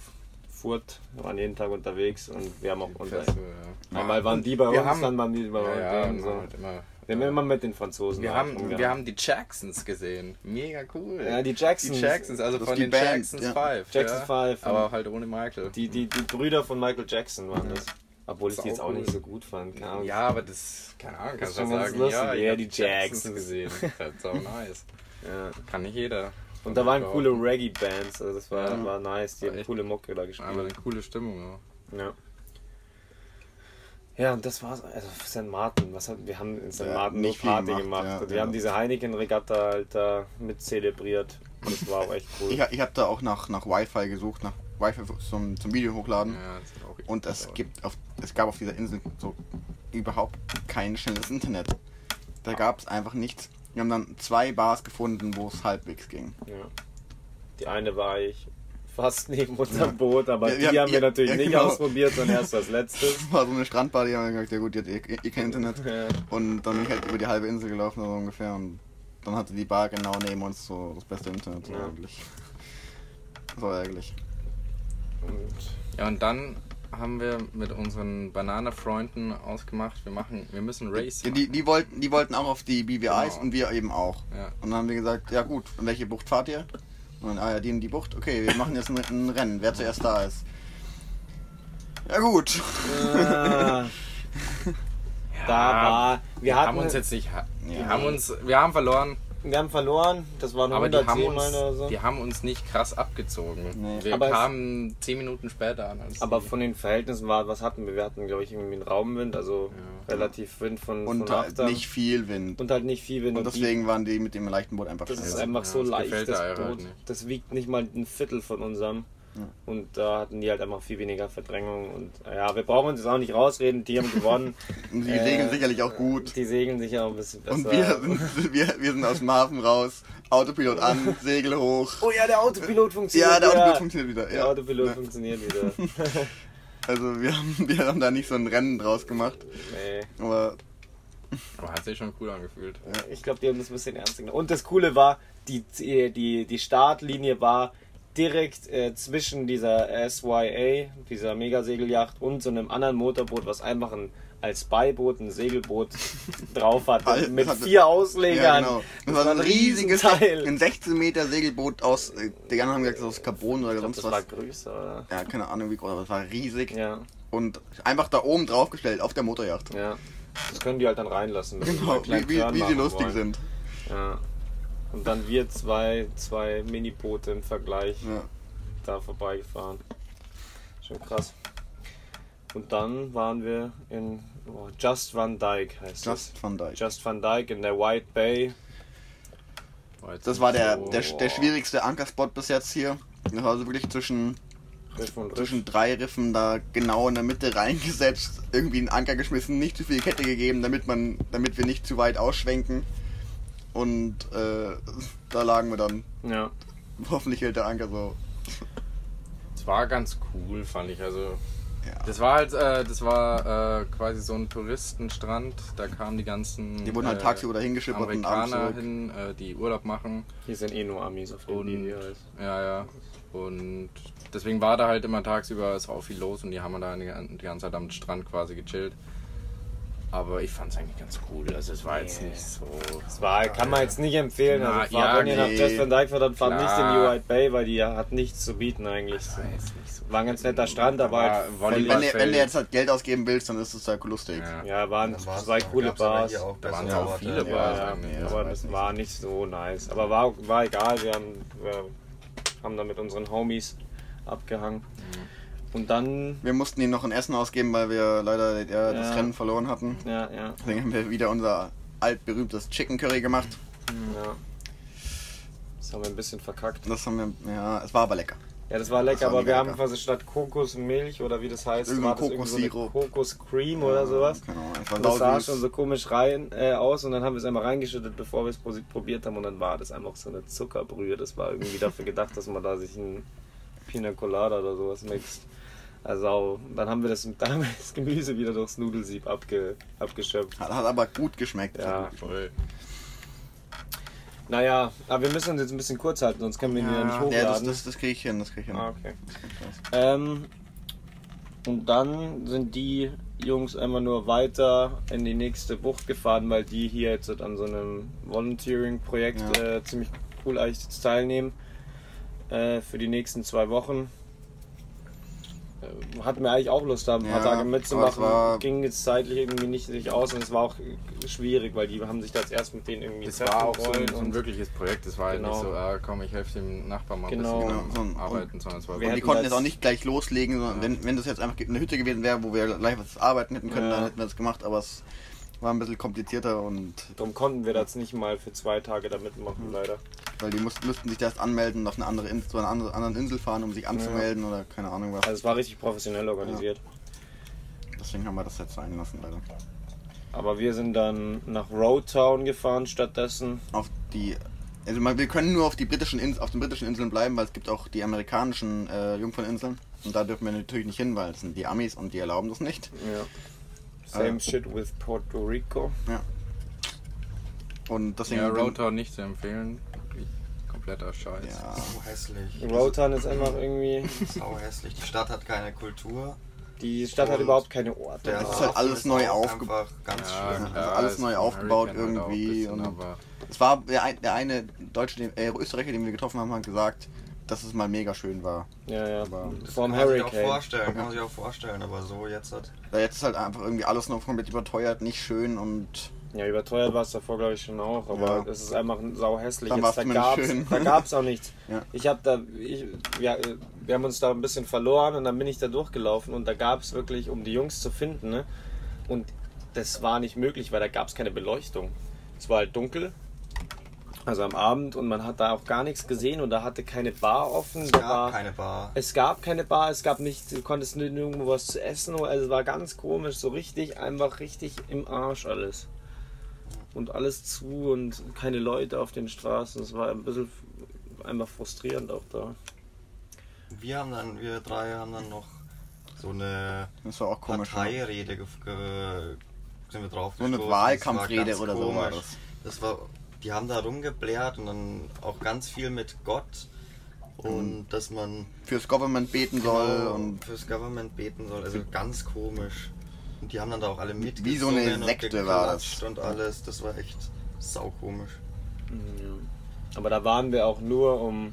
Speaker 3: furt, wir waren jeden Tag unterwegs und wir haben auch unser.
Speaker 1: Festival, ja.
Speaker 3: Einmal waren die bei uns,
Speaker 1: Wir haben-
Speaker 3: dann waren die bei
Speaker 1: Ja, ja,
Speaker 3: denen,
Speaker 1: und
Speaker 3: so.
Speaker 1: halt immer,
Speaker 3: Wir haben immer mit den Franzosen.
Speaker 1: wir,
Speaker 3: halt
Speaker 1: haben,
Speaker 3: rumgehangen.
Speaker 1: wir haben die Jacksons gesehen. Mega cool.
Speaker 3: Ja, die Jacksons.
Speaker 1: Die Jacksons, also
Speaker 2: Das
Speaker 1: von
Speaker 2: ist die
Speaker 1: den
Speaker 2: Band,
Speaker 1: Jacksons
Speaker 2: ja.
Speaker 1: Five.
Speaker 3: Jackson
Speaker 1: ja.
Speaker 3: Five.
Speaker 1: Aber halt ohne Michael.
Speaker 3: die, die, die Brüder von Michael Jackson waren das. Obwohl ich die jetzt
Speaker 1: Sau
Speaker 3: auch nicht
Speaker 1: cool.
Speaker 3: so gut fand. keine Ahnung.
Speaker 1: ja, aber das, keine Ahnung,
Speaker 3: Das ist
Speaker 1: kannst du
Speaker 3: schon ganz
Speaker 1: sagen.
Speaker 3: lustig.
Speaker 1: Ja, ich
Speaker 3: Ja,
Speaker 1: hab
Speaker 3: die Jacksons.
Speaker 1: gesehen. Das ist auch nice.
Speaker 3: Ja.
Speaker 1: Kann nicht jeder.
Speaker 3: Und da waren
Speaker 1: Ja.
Speaker 3: coole Reggae-Bands, also das war,
Speaker 1: Ja.
Speaker 3: war nice, die
Speaker 1: War
Speaker 3: haben
Speaker 1: echt-
Speaker 3: coole Mucke da gespielt.
Speaker 1: Aber eine coole Stimmung. Ja.
Speaker 3: Ja. Ja, und das war's. Also St. Martin, was hat, wir haben in St.
Speaker 2: Ja,
Speaker 3: Martin nur
Speaker 2: nicht viel
Speaker 3: Party
Speaker 2: gemacht,
Speaker 3: gemacht.
Speaker 2: ja,
Speaker 3: und wir
Speaker 2: genau.
Speaker 3: haben diese Heineken-Regatta halt da mit zelebriert. Das war auch echt
Speaker 2: [LAUGHS]
Speaker 3: cool.
Speaker 2: Ich, ich habe da auch nach, nach Wi-Fi gesucht, nach Wi-Fi zum, zum Video hochladen.
Speaker 1: Ja, das hat auch
Speaker 2: Und es
Speaker 3: Also,
Speaker 2: gibt auf, es gab auf dieser Insel so überhaupt kein schnelles Internet. Da gab es einfach nichts. Wir haben dann zwei Bars gefunden, wo es halbwegs ging. [LAUGHS]
Speaker 3: Ja. Die eine war ich fast [LAUGHS] neben unserem Boot, aber
Speaker 2: Ja,
Speaker 3: die
Speaker 2: wir haben-
Speaker 3: haben
Speaker 2: ja,
Speaker 3: wir natürlich
Speaker 2: ja,
Speaker 3: nicht
Speaker 2: genau.
Speaker 3: ausprobiert, sondern erst das
Speaker 2: [LAUGHS]
Speaker 3: letzte.
Speaker 2: Das war so eine Strandbar, die haben gesagt, ja gut, ihr habt eh, eh kein Internet.
Speaker 3: Ja.
Speaker 2: Und dann bin ich halt über die halbe Insel gelaufen, so ungefähr. Und dann hatte die Bar genau neben uns so das beste Internet. So
Speaker 3: Ja.
Speaker 2: eigentlich. Das war ärgerlich.
Speaker 3: Und
Speaker 1: Ja, und dann haben wir mit unseren Banane-Freunden ausgemacht, wir machen, wir müssen Race
Speaker 2: Ja,
Speaker 1: machen.
Speaker 2: die, die, wollten, die wollten auch auf die BBIs
Speaker 1: Genau.
Speaker 2: und wir eben auch.
Speaker 1: Ja.
Speaker 2: Und dann haben wir gesagt, ja gut, in welche Bucht fahrt ihr? Und dann, ah ja, die in die Bucht. Okay, wir machen jetzt ein, ein Rennen, wer zuerst da ist. Ja gut.
Speaker 3: Ah. [LAUGHS] da
Speaker 1: Ja,
Speaker 3: war. Wir
Speaker 1: Wir
Speaker 3: hatten,
Speaker 1: haben uns jetzt nicht, ha- die
Speaker 2: Ja.
Speaker 1: haben uns, wir haben verloren,
Speaker 3: wir haben verloren, das waren
Speaker 1: aber die
Speaker 3: 110
Speaker 1: haben,
Speaker 3: Mal oder
Speaker 1: uns,
Speaker 3: so.
Speaker 1: die haben uns nicht krass abgezogen.
Speaker 2: Nee.
Speaker 1: Wir
Speaker 3: Aber es-
Speaker 1: kamen zehn Minuten später an. Als
Speaker 3: Aber
Speaker 1: die.
Speaker 3: von den Verhältnissen war, was hatten wir? Wir hatten, glaube ich, irgendwie einen Raumwind, also
Speaker 1: Ja.
Speaker 3: relativ Wind von,
Speaker 2: Und
Speaker 3: von
Speaker 2: halt
Speaker 3: Achter.
Speaker 2: nicht viel Wind.
Speaker 3: und halt nicht viel Wind.
Speaker 2: Und
Speaker 3: die-
Speaker 2: deswegen waren die mit dem leichten Boot einfach
Speaker 3: das ist
Speaker 2: schneller.
Speaker 3: einfach
Speaker 1: Ja,
Speaker 3: so
Speaker 1: das
Speaker 3: leicht,
Speaker 1: gefällt der
Speaker 3: das
Speaker 1: Eier halt
Speaker 3: Boot.
Speaker 1: nicht.
Speaker 3: Das wiegt nicht mal ein Viertel von unserem. Und da hatten die halt einfach viel weniger Verdrängung. Und ja, wir brauchen uns jetzt auch nicht rausreden, die haben
Speaker 2: [LAUGHS]
Speaker 3: gewonnen.
Speaker 2: Und die
Speaker 3: Äh,
Speaker 2: segeln sicherlich auch gut.
Speaker 3: Die segeln sich ja auch ein bisschen besser.
Speaker 2: Und wir sind, [LAUGHS] wir, wir sind aus dem Hafen raus, Autopilot
Speaker 3: [LAUGHS]
Speaker 2: an, Segel hoch.
Speaker 3: oh ja, der Autopilot funktioniert.
Speaker 2: Ja, der
Speaker 3: wieder.
Speaker 2: Autopilot funktioniert wieder.
Speaker 3: Der
Speaker 2: Ja.
Speaker 3: Autopilot
Speaker 2: Ja.
Speaker 3: funktioniert
Speaker 2: [LAUGHS]
Speaker 3: wieder.
Speaker 2: Also wir haben, wir haben da nicht so ein Rennen draus gemacht.
Speaker 3: nee.
Speaker 2: Aber
Speaker 1: aber hat sich schon cool angefühlt.
Speaker 3: Ich glaube, die haben das ein bisschen ernst genommen. Und das Coole war, die, äh, die, die Startlinie war direkt äh, zwischen dieser SYA, dieser Megasegeljacht und so einem anderen Motorboot, was einfach ein, als Beiboot ein Segelboot
Speaker 2: [LAUGHS]
Speaker 3: drauf hatte.
Speaker 2: Al-
Speaker 3: mit
Speaker 2: hatte- genau.
Speaker 3: vier Auslegern.
Speaker 2: Das, war ein riesiges,
Speaker 3: Teil.
Speaker 2: ein 16 Meter Segelboot aus, äh, die anderen haben gesagt, aus Carbon oder
Speaker 3: Ich glaub,
Speaker 2: sonst
Speaker 3: das war
Speaker 2: was.
Speaker 3: größer, oder?
Speaker 2: Ja, keine Ahnung wie groß, aber es war riesig.
Speaker 3: Ja,
Speaker 2: Und einfach da oben draufgestellt, auf der Motorjacht.
Speaker 3: ja. Das können die halt dann reinlassen. wenn sie mal
Speaker 2: Genau,
Speaker 3: einen kleinen
Speaker 2: wie, wie,
Speaker 3: Turn
Speaker 2: wie sie
Speaker 3: machen
Speaker 2: lustig
Speaker 3: wollen.
Speaker 2: sind.
Speaker 3: Ja. Und dann wir zwei, zwei Miniboote im Vergleich.
Speaker 2: Ja.
Speaker 3: da vorbeigefahren. Schon krass. Und dann waren wir in oh, Just Van Dyke heißt es.
Speaker 2: Just Van Dyke.
Speaker 3: Just Van Dyke in der White Bay.
Speaker 1: War jetzt
Speaker 2: Das
Speaker 1: nicht
Speaker 2: war der,
Speaker 1: so-
Speaker 2: der, der schwierigste Ankerspot bis jetzt hier. Das war also wirklich zwischen,
Speaker 3: Riff und Riff.
Speaker 2: zwischen drei Riffen da genau in der Mitte [LAUGHS] reingesetzt, irgendwie einen Anker geschmissen, nicht zu viel Kette gegeben, damit man, damit wir nicht zu weit ausschwenken. Und äh, da lagen wir dann.
Speaker 3: Ja.
Speaker 2: [LAUGHS] Hoffentlich hält der Anker so.
Speaker 1: Es war ganz cool, fand ich. Also
Speaker 2: Ja.
Speaker 1: Das war halt, äh, das war äh, quasi so ein Touristenstrand. Da kamen die ganzen
Speaker 2: Die wurden halt
Speaker 1: äh,
Speaker 2: tagsüber dahin geschippert und abends
Speaker 1: Amerikaner
Speaker 2: zurück.
Speaker 1: hin, äh, die Urlaub machen.
Speaker 3: Hier sind eh nur Amis auf dem
Speaker 1: Und
Speaker 3: Video. also.
Speaker 1: ja, ja. Und deswegen war da halt immer tagsüber ist auch viel los und die haben da die die ganze Zeit am Strand quasi gechillt. Aber ich fand es eigentlich ganz cool. Also es war jetzt
Speaker 3: Nee.
Speaker 1: nicht so.
Speaker 3: Das war, kann man jetzt nicht empfehlen.
Speaker 1: Na,
Speaker 3: also
Speaker 1: ja,
Speaker 3: fahrt, wenn ihr nach
Speaker 2: nee.
Speaker 3: Just Van Dyke fährt, dann fahrt nicht in die
Speaker 1: Klar.
Speaker 3: White Bay, weil die hat nichts zu bieten eigentlich.
Speaker 1: Das war jetzt nicht so.
Speaker 3: War ein ganz netter Strand, aber
Speaker 1: War
Speaker 3: halt
Speaker 1: Volleyball-
Speaker 2: Wenn,
Speaker 3: völlig-
Speaker 2: wenn, du- wenn du jetzt halt Geld ausgeben willst, dann ist es halt lustig.
Speaker 1: Ja.
Speaker 3: Ja, waren
Speaker 4: Dann war's-
Speaker 3: zwei
Speaker 4: dann
Speaker 3: coole
Speaker 4: gab's aber
Speaker 3: Bars.
Speaker 4: hier auch
Speaker 1: Da waren
Speaker 4: bessere
Speaker 1: auch
Speaker 4: Orte.
Speaker 1: viele
Speaker 4: Ja.
Speaker 1: Bars.
Speaker 3: Ja,
Speaker 1: eigentlich.
Speaker 2: ja.
Speaker 1: Also,
Speaker 3: aber
Speaker 2: weiß
Speaker 3: das
Speaker 2: nicht.
Speaker 3: war nicht so nice. Aber war, war egal, wir haben, wir haben da mit unseren Homies abgehangen. Und dann,
Speaker 2: Wir mussten ihn noch in Essen ausgeben, weil wir leider ja, das
Speaker 3: Ja.
Speaker 2: Rennen verloren hatten.
Speaker 3: ja, ja,
Speaker 2: Deswegen haben wir wieder unser altberühmtes Chicken Curry gemacht.
Speaker 3: ja. Das haben wir ein bisschen verkackt.
Speaker 2: Das haben wir, ja, es war aber lecker.
Speaker 3: Ja, das war lecker,
Speaker 2: Das war
Speaker 3: aber wir
Speaker 2: mega
Speaker 3: haben
Speaker 2: lecker.
Speaker 3: quasi statt Kokosmilch oder wie das heißt,
Speaker 2: Irgendein
Speaker 3: war das irgendwie so eine
Speaker 2: Kokossirup.
Speaker 3: Kokoscream oder sowas.
Speaker 2: Keine Ahnung, genau, es war
Speaker 3: Und das sah schon
Speaker 2: sausüß.
Speaker 3: so komisch rein äh, aus und dann haben wir es einmal reingeschüttet, bevor wir es pro- probiert haben und dann war das einfach so eine Zuckerbrühe. Das war irgendwie dafür gedacht, dass man da sich ein Pina Colada oder sowas mixt. Also dann haben wir das, dann haben wir das Gemüse wieder durchs Nudelsieb abge, abgeschöpft.
Speaker 2: Hat, hat aber gut geschmeckt.
Speaker 3: Ja.
Speaker 2: Hat gut geschmeckt.
Speaker 1: voll.
Speaker 3: Naja, aber wir müssen uns jetzt ein bisschen kurz halten, sonst können wir ihn wieder nicht hochladen.
Speaker 2: Ja, das, das, das kriege ich hin, das kriege ich hin.
Speaker 3: Ah, okay. Ähm, und dann sind die Jungs einmal nur weiter in die nächste Bucht gefahren, weil die hier jetzt halt an so einem Volunteering-Projekt
Speaker 2: Ja.
Speaker 3: äh, ziemlich cool eigentlich jetzt teilnehmen äh, für die nächsten zwei Wochen. Äh, Hatten wir eigentlich auch Lust, da ein
Speaker 2: Ja,
Speaker 3: paar Tage
Speaker 2: aber es war-
Speaker 3: mitzumachen. Ging jetzt zeitlich irgendwie nicht sich aus und es war auch äh, schwierig, weil die haben sich da erst mit denen irgendwie
Speaker 1: Das
Speaker 3: treffen
Speaker 1: war auch so ein,
Speaker 3: wollen
Speaker 1: so ein
Speaker 3: und
Speaker 1: wirkliches Projekt. Das war halt
Speaker 3: Genau.
Speaker 1: nicht so, ah, komm, ich helfe dem Nachbarn mal ein
Speaker 3: Genau.
Speaker 1: bisschen
Speaker 2: Genau, so ein-
Speaker 1: beim arbeiten, sondern es war
Speaker 3: Wir
Speaker 2: Und die
Speaker 3: hätten
Speaker 2: konnten
Speaker 3: das-
Speaker 2: jetzt auch nicht gleich loslegen, sondern wenn, wenn das jetzt einfach eine Hütte gewesen wäre, wo wir gleich was arbeiten hätten können,
Speaker 3: Ja.
Speaker 2: dann hätten wir das gemacht, aber es war ein bisschen komplizierter und
Speaker 3: darum konnten wir das nicht mal für zwei Tage da
Speaker 1: Mhm.
Speaker 3: mitmachen, leider.
Speaker 2: weil die mussten, müssten sich erst anmelden und auf eine andere Insel, zu einer andere- anderen Insel fahren, um sich anzumelden oder keine Ahnung was.
Speaker 3: Also es war richtig professionell organisiert.
Speaker 2: Deswegen haben wir das jetzt sein lassen leider.
Speaker 3: Aber wir sind dann nach Roadtown gefahren stattdessen.
Speaker 2: Auf die also man, wir können nur auf die britischen Inseln, auf den britischen Inseln bleiben, weil es gibt auch die amerikanischen äh, Jungferninseln und da dürfen wir natürlich nicht hin, weil es sind die Amis und die erlauben das nicht.
Speaker 3: Ja. Same
Speaker 2: Ah.
Speaker 3: shit with Puerto Rico.
Speaker 2: Und deswegen
Speaker 1: Ja, Roadtown nicht zu empfehlen. Wirklich Kompletter Scheiß.
Speaker 2: ja,
Speaker 4: So hässlich.
Speaker 3: Roadtown ist einfach irgendwie.
Speaker 4: Sau hässlich. Die Stadt hat keine Kultur.
Speaker 3: Die Stadt hat
Speaker 4: Und
Speaker 3: überhaupt keine Orte.
Speaker 2: Das ist
Speaker 4: Hafen
Speaker 2: halt alles
Speaker 4: ist
Speaker 2: neu
Speaker 4: auch
Speaker 2: aufge- genau.
Speaker 4: Einfach ganz
Speaker 1: Ja,
Speaker 4: schlimm.
Speaker 1: klar,
Speaker 2: Also alles
Speaker 1: ist
Speaker 2: neu
Speaker 1: ein
Speaker 2: aufgebaut
Speaker 1: Hurricane halt auch ein
Speaker 2: irgendwie
Speaker 1: bisschen,
Speaker 2: und-
Speaker 1: aber
Speaker 2: Es war der, ein, der eine Deutsche, den, äh, Österreicher, den wir getroffen haben, hat gesagt, dass es mal mega schön war.
Speaker 3: ja, ja.
Speaker 2: Aber
Speaker 4: Das
Speaker 3: Vorm
Speaker 4: kann man sich auch
Speaker 3: Hurricane.
Speaker 4: vorstellen, kann man sich auch vorstellen, aber so jetzt hat.
Speaker 2: Da jetzt ist halt einfach irgendwie alles noch komplett überteuert, nicht schön und
Speaker 3: Ja, überteuert war es davor, glaube ich, schon auch.
Speaker 2: Ja.
Speaker 3: Aber es ist einfach ein sauhässlich.
Speaker 2: Dann
Speaker 3: Jetzt,
Speaker 2: war's
Speaker 3: Da
Speaker 2: zumindest
Speaker 3: gab's,
Speaker 2: schön.
Speaker 3: da gab's auch nichts.
Speaker 2: Ja.
Speaker 3: Ich habe da, ich, ja, äh, wir haben uns da ein bisschen verloren und dann bin ich da durchgelaufen und da gab es wirklich, um die Jungs zu finden, ne? Und das war nicht möglich, weil da gab es keine Beleuchtung. Es war halt dunkel, also am Abend und man hat da auch gar nichts gesehen und da hatte keine Bar offen.
Speaker 4: Es
Speaker 3: da
Speaker 4: gab
Speaker 3: war,
Speaker 4: keine Bar.
Speaker 3: es gab keine Bar, es gab nichts, du konntest nirgendwo was zu essen. Also es war ganz komisch, so richtig, einfach richtig im Arsch alles. Und alles zu und keine Leute auf den Straßen. Es war ein bisschen f- einfach frustrierend auch da.
Speaker 4: Wir haben dann, wir drei haben dann noch so eine
Speaker 2: das war auch komisch. ne?
Speaker 4: Parteirede ge- ge- sind wir drauf
Speaker 2: So eine
Speaker 4: gestoßen.
Speaker 2: Wahlkampfrede
Speaker 4: Das war
Speaker 2: oder
Speaker 4: ganz
Speaker 2: so war
Speaker 4: komisch.
Speaker 2: das.
Speaker 4: Das war, die haben da rumgeblärt und dann auch ganz viel mit Gott und dass man
Speaker 2: Fürs Government beten Mhm. soll
Speaker 4: genau
Speaker 2: und
Speaker 4: fürs Government beten soll. Also ganz komisch. Und die haben dann da auch alle mit
Speaker 2: Wie so eine Sekte war das.
Speaker 4: und alles. Das war echt saukomisch.
Speaker 3: Aber da waren wir auch nur, um,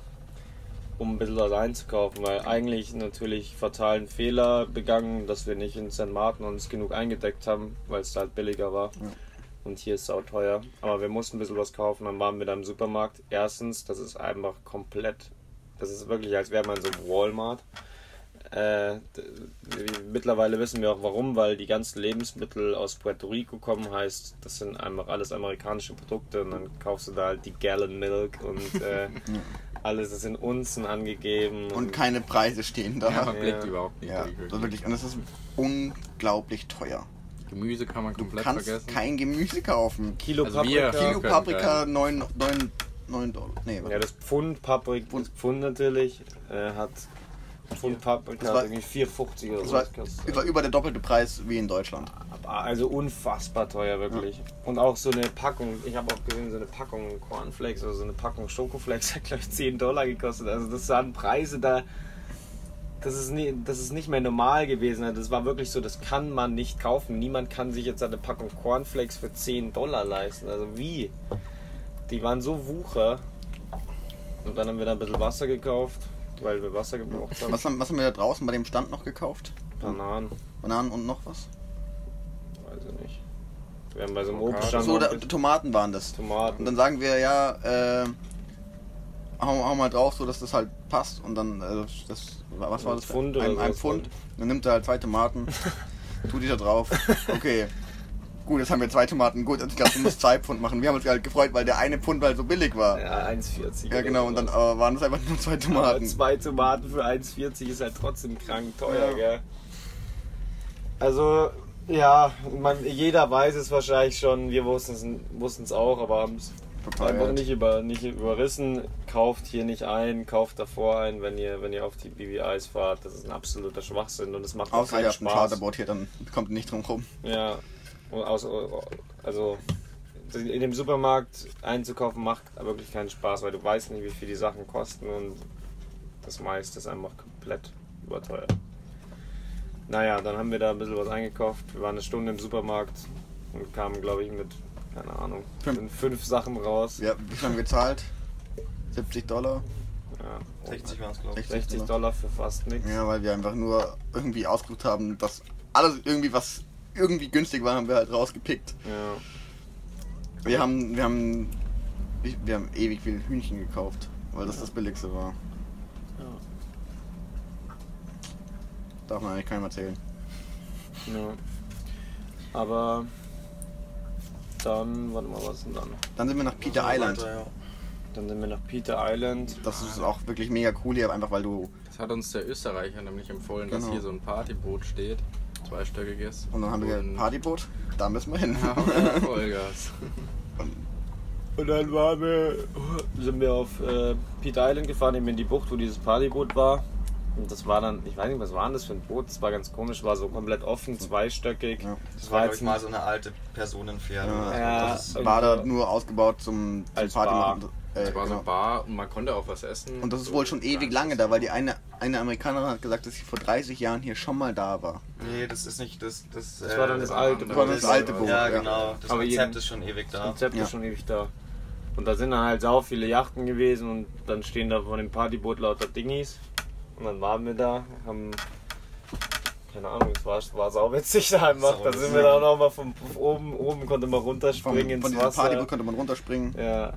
Speaker 3: um ein bisschen was einzukaufen, weil eigentlich natürlich fatalen Fehler begangen, dass wir nicht in St. Martin uns genug eingedeckt haben, weil es da halt billiger war. Und hier ist es auch teuer. Aber wir mussten ein bisschen was kaufen, dann waren wir da im Supermarkt. Erstens, das ist einfach komplett, das ist wirklich, als wäre man so im Walmart. Äh, d- wie- mittlerweile wissen wir auch warum, weil die ganzen Lebensmittel aus Puerto Rico kommen, heißt, das sind einfach alles amerikanische Produkte und dann kaufst du da halt die Gallon Milk und äh, alles ist in Unzen angegeben.
Speaker 2: und keine Preise stehen da.
Speaker 1: ja,
Speaker 2: Ja, Also
Speaker 1: man blickt überhaupt nicht. durch.
Speaker 2: so wirklich. Und es ist unglaublich teuer.
Speaker 1: Gemüse kann man
Speaker 2: Du
Speaker 1: komplett
Speaker 2: kannst
Speaker 1: vergessen.
Speaker 2: kein Gemüse kaufen.
Speaker 3: Kilo
Speaker 1: Also wir-
Speaker 3: Paprika.
Speaker 2: Kilo
Speaker 1: können
Speaker 2: Paprika
Speaker 1: kein-
Speaker 2: 9, 9, 9 Dollar. Nee,
Speaker 3: Ja, das Pfund Paprika, das
Speaker 2: Pfund.
Speaker 3: Pfund natürlich, äh, hat Pfund Paprika
Speaker 2: Das
Speaker 3: hat
Speaker 2: war-
Speaker 3: irgendwie 4,50 oder
Speaker 2: Das
Speaker 3: so.
Speaker 2: war,
Speaker 3: was gekostet.
Speaker 2: das war über der doppelte Preis wie in Deutschland.
Speaker 3: Also unfassbar teuer, wirklich. Und auch so eine Packung, ich habe auch gesehen, so eine Packung Cornflakes oder so eine Packung Schokoflakes [LAUGHS] hat, glaube ich, 10 Dollar gekostet. Also das waren Preise da, das ist, nie, das ist nicht mehr normal gewesen. Also Das war wirklich so, das kann man nicht kaufen. Niemand kann sich jetzt eine Packung Cornflakes für 10 Dollar leisten. Also wie? Die waren so wucher. Und dann haben wir da ein bisschen Wasser gekauft, weil wir Wasser gebraucht haben.
Speaker 2: Was haben, was haben wir da draußen bei dem Stand noch gekauft?
Speaker 3: Bananen,
Speaker 2: Bananen und noch was?
Speaker 3: weiß ich nicht. Wir haben bei so einem
Speaker 1: Avocado.
Speaker 3: Obststand
Speaker 2: So,
Speaker 3: noch
Speaker 2: da,
Speaker 3: ein bisschen
Speaker 2: Tomaten waren das.
Speaker 3: Tomaten.
Speaker 2: Und dann sagen wir, ja, äh, hau, hau mal drauf, so dass das halt passt. Und dann, äh, das, was war
Speaker 3: Ein
Speaker 2: das?
Speaker 3: Pfund oder
Speaker 2: ein, ein
Speaker 3: sowas
Speaker 2: Pfund.
Speaker 3: dann.
Speaker 2: Dann nimmt er halt zwei
Speaker 3: [LAUGHS]
Speaker 2: Tomaten, tut die da drauf. Okay. Gut, jetzt haben wir zwei Tomaten. Gut, ich glaube, du musst zwei Pfund machen. Wir haben uns halt gefreut, weil der eine Pfund halt so billig war. Ja,
Speaker 3: Ja, 1,40. oder
Speaker 2: genau. Und dann
Speaker 3: sowas.
Speaker 2: äh, waren es einfach nur zwei
Speaker 3: Aber
Speaker 2: Tomaten.
Speaker 3: zwei Tomaten für 1,40 ist halt trotzdem krank teuer,
Speaker 2: Ja.
Speaker 3: gell? Also, ja, man, jeder weiß es wahrscheinlich schon. Wir wussten es auch, aber haben es einfach
Speaker 2: Verteuert.
Speaker 3: nicht, über, nicht überrissen. Kauft hier nicht ein, kauft davor ein, wenn ihr, wenn ihr auf die BVIs fahrt. Das ist ein absoluter Schwachsinn und es macht auch
Speaker 2: Außer ihr
Speaker 3: keinen
Speaker 2: habt ein
Speaker 3: Spaß.
Speaker 2: Charterboard hier, dann kommt ihr nicht drum rum.
Speaker 3: Ja, und aus, also in dem Supermarkt einzukaufen macht wirklich keinen Spaß, weil du weißt nicht, wie viel die Sachen kosten und das meiste ist einfach komplett überteuert. Naja, dann haben wir da ein bisschen was eingekauft. Wir waren eine Stunde im Supermarkt und kamen, glaube ich, mit, keine Ahnung,
Speaker 2: Fünf.
Speaker 3: fünf, fünf Sachen raus.
Speaker 2: Ja, wie viel haben wir gezahlt? 70 Dollar?
Speaker 3: Ja.
Speaker 4: 60 waren es, glaube ich.
Speaker 3: 60 Dollar für fast nichts.
Speaker 2: ne? Ja, weil wir einfach nur irgendwie ausgesucht haben, dass alles irgendwie, was irgendwie günstig war, haben wir halt rausgepickt.
Speaker 3: Ja.
Speaker 2: Wir haben, wir haben, ich- wir haben ewig viel Hühnchen gekauft, weil das das billigste war. Darf man eigentlich keinem erzählen.
Speaker 3: ja. Aber dann, warte mal, was ist denn dann?
Speaker 2: Dann sind wir nach Peter Island.
Speaker 4: Weiter,
Speaker 3: Dann sind wir nach Peter Island.
Speaker 2: Das ist auch wirklich mega cool hier, einfach weil du,
Speaker 1: Das hat uns der Österreicher nämlich empfohlen, dass
Speaker 2: Genau.
Speaker 1: hier so ein Partyboot steht. Zweistöckiges.
Speaker 2: und dann haben wir ein Partyboot, da müssen wir hin.
Speaker 1: [LAUGHS]
Speaker 2: [LAUGHS]
Speaker 1: Ja, Vollgas.
Speaker 2: Äh,
Speaker 3: Und dann waren wir, sind wir auf äh, Pete Island gefahren, eben in die Bucht, wo dieses Partyboot war. Und das war dann, ich weiß nicht, was war denn das für ein Boot? Es war ganz komisch, war so komplett offen, zweistöckig.
Speaker 2: Ja.
Speaker 4: Das war, glaube ich, mal so eine alte Personenfähre.
Speaker 2: Ja,
Speaker 4: oder
Speaker 3: Ja,
Speaker 2: das war da
Speaker 3: irgendwie-
Speaker 2: nur ausgebaut zum, zum
Speaker 3: Als
Speaker 2: Party
Speaker 3: Bar.
Speaker 2: machen. Äh,
Speaker 1: Es war so
Speaker 2: genau.
Speaker 1: eine Bar und man konnte auch was essen.
Speaker 2: Und das ist
Speaker 1: So
Speaker 2: wohl schon ewig
Speaker 1: ganz-
Speaker 2: lange da, weil die eine, eine Amerikanerin hat gesagt, dass sie vor 30 Jahren hier schon mal da war.
Speaker 4: so. Nee, das ist nicht das. äh, Das,
Speaker 3: Das war dann das alte
Speaker 1: Das
Speaker 2: war das alte Boot,
Speaker 4: Ja,
Speaker 2: ja.
Speaker 4: genau. Das
Speaker 3: Aber jeden-
Speaker 4: Konzept ist schon ewig
Speaker 3: Das
Speaker 4: da.
Speaker 3: Konzept
Speaker 2: Ja.
Speaker 3: ist schon ewig da. Und da sind dann halt sau viele Yachten gewesen und dann stehen da von dem Partyboot lauter Dingis. Und dann waren wir da, haben. Keine Ahnung, es war, es war sauwitzig [LAUGHS] da einfach. Da sind wir da auch nochmal von von oben, oben konnte man
Speaker 2: Von,
Speaker 3: runterspringen
Speaker 2: von
Speaker 3: ins
Speaker 2: diesem
Speaker 3: Wasser.
Speaker 2: Partyboot konnte man runterspringen.
Speaker 3: Ja.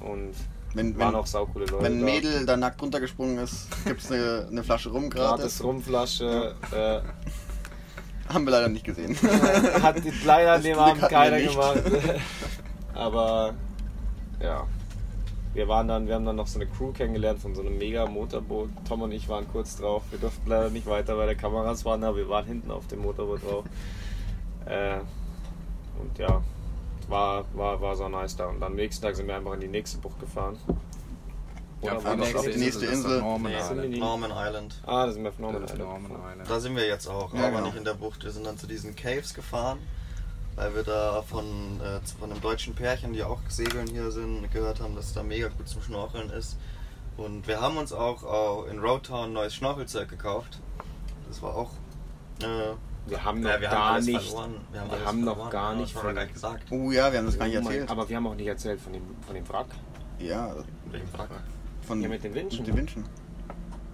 Speaker 3: Und
Speaker 2: Wenn,
Speaker 3: waren
Speaker 2: wenn,
Speaker 3: auch saucoole Leute.
Speaker 2: wenn ein
Speaker 3: da.
Speaker 2: Mädel da nackt runtergesprungen ist, [LAUGHS] gibt es eine, eine Flasche rum
Speaker 3: gratis
Speaker 2: gratis.
Speaker 3: Rumflasche. Äh,
Speaker 2: Haben wir leider nicht gesehen.
Speaker 3: hat die leider
Speaker 2: Das
Speaker 3: an dem
Speaker 2: Glück hatten
Speaker 3: Abend
Speaker 2: wir
Speaker 3: keiner
Speaker 2: nicht.
Speaker 3: gemacht. Aber ja. Wir waren dann, wir haben dann noch so eine Crew kennengelernt von so einem mega Motorboot. Tom und ich waren kurz drauf. Wir durften leider nicht weiter, weil der Kameras waren, aber wir waren hinten auf dem Motorboot drauf.
Speaker 4: [LAUGHS]
Speaker 3: Äh, und ja, war, war, war so nice da. Und am nächsten Tag sind wir einfach in die nächste Bucht gefahren.
Speaker 1: Ja,
Speaker 3: Oder
Speaker 1: vor
Speaker 3: war
Speaker 1: allem
Speaker 3: das
Speaker 2: auf
Speaker 3: auf
Speaker 2: die nächste
Speaker 1: das ist
Speaker 2: Insel.
Speaker 1: doch Norman
Speaker 4: Nee,
Speaker 1: Island.
Speaker 3: die-
Speaker 4: Norman Island.
Speaker 3: Ah, das sind wir auf Norman
Speaker 1: Das ist
Speaker 3: Island.
Speaker 1: Norman Island.
Speaker 4: Da sind wir jetzt auch,
Speaker 2: Ja,
Speaker 4: aber
Speaker 2: genau.
Speaker 4: nicht in der Bucht. Wir sind dann zu diesen Caves gefahren, weil wir da von, äh, zu- von einem deutschen Pärchen, die auch segeln hier sind, gehört haben, dass es da mega gut zum Schnorcheln ist. Und wir haben uns auch äh, in Roadtown ein neues Schnorchelzeug gekauft. Das war auch. Äh,
Speaker 3: Wir haben noch
Speaker 4: ja, wir haben
Speaker 3: gar
Speaker 4: alles
Speaker 3: nicht.
Speaker 4: verloren. Wir haben,
Speaker 3: wir
Speaker 4: alles
Speaker 3: haben noch
Speaker 4: verloren,
Speaker 3: gar
Speaker 4: aber
Speaker 3: nicht
Speaker 4: Das haben wir
Speaker 3: von-
Speaker 4: gar nicht gesagt.
Speaker 2: [LAUGHS] oh ja, wir haben das gar nicht
Speaker 3: Oh mein-
Speaker 2: erzählt.
Speaker 3: Aber wir haben auch nicht erzählt von dem, von dem Wrack.
Speaker 2: Ja,
Speaker 4: Wegen Wrack.
Speaker 2: von
Speaker 3: Ja, mit den Winschen.
Speaker 2: mit den Winschen.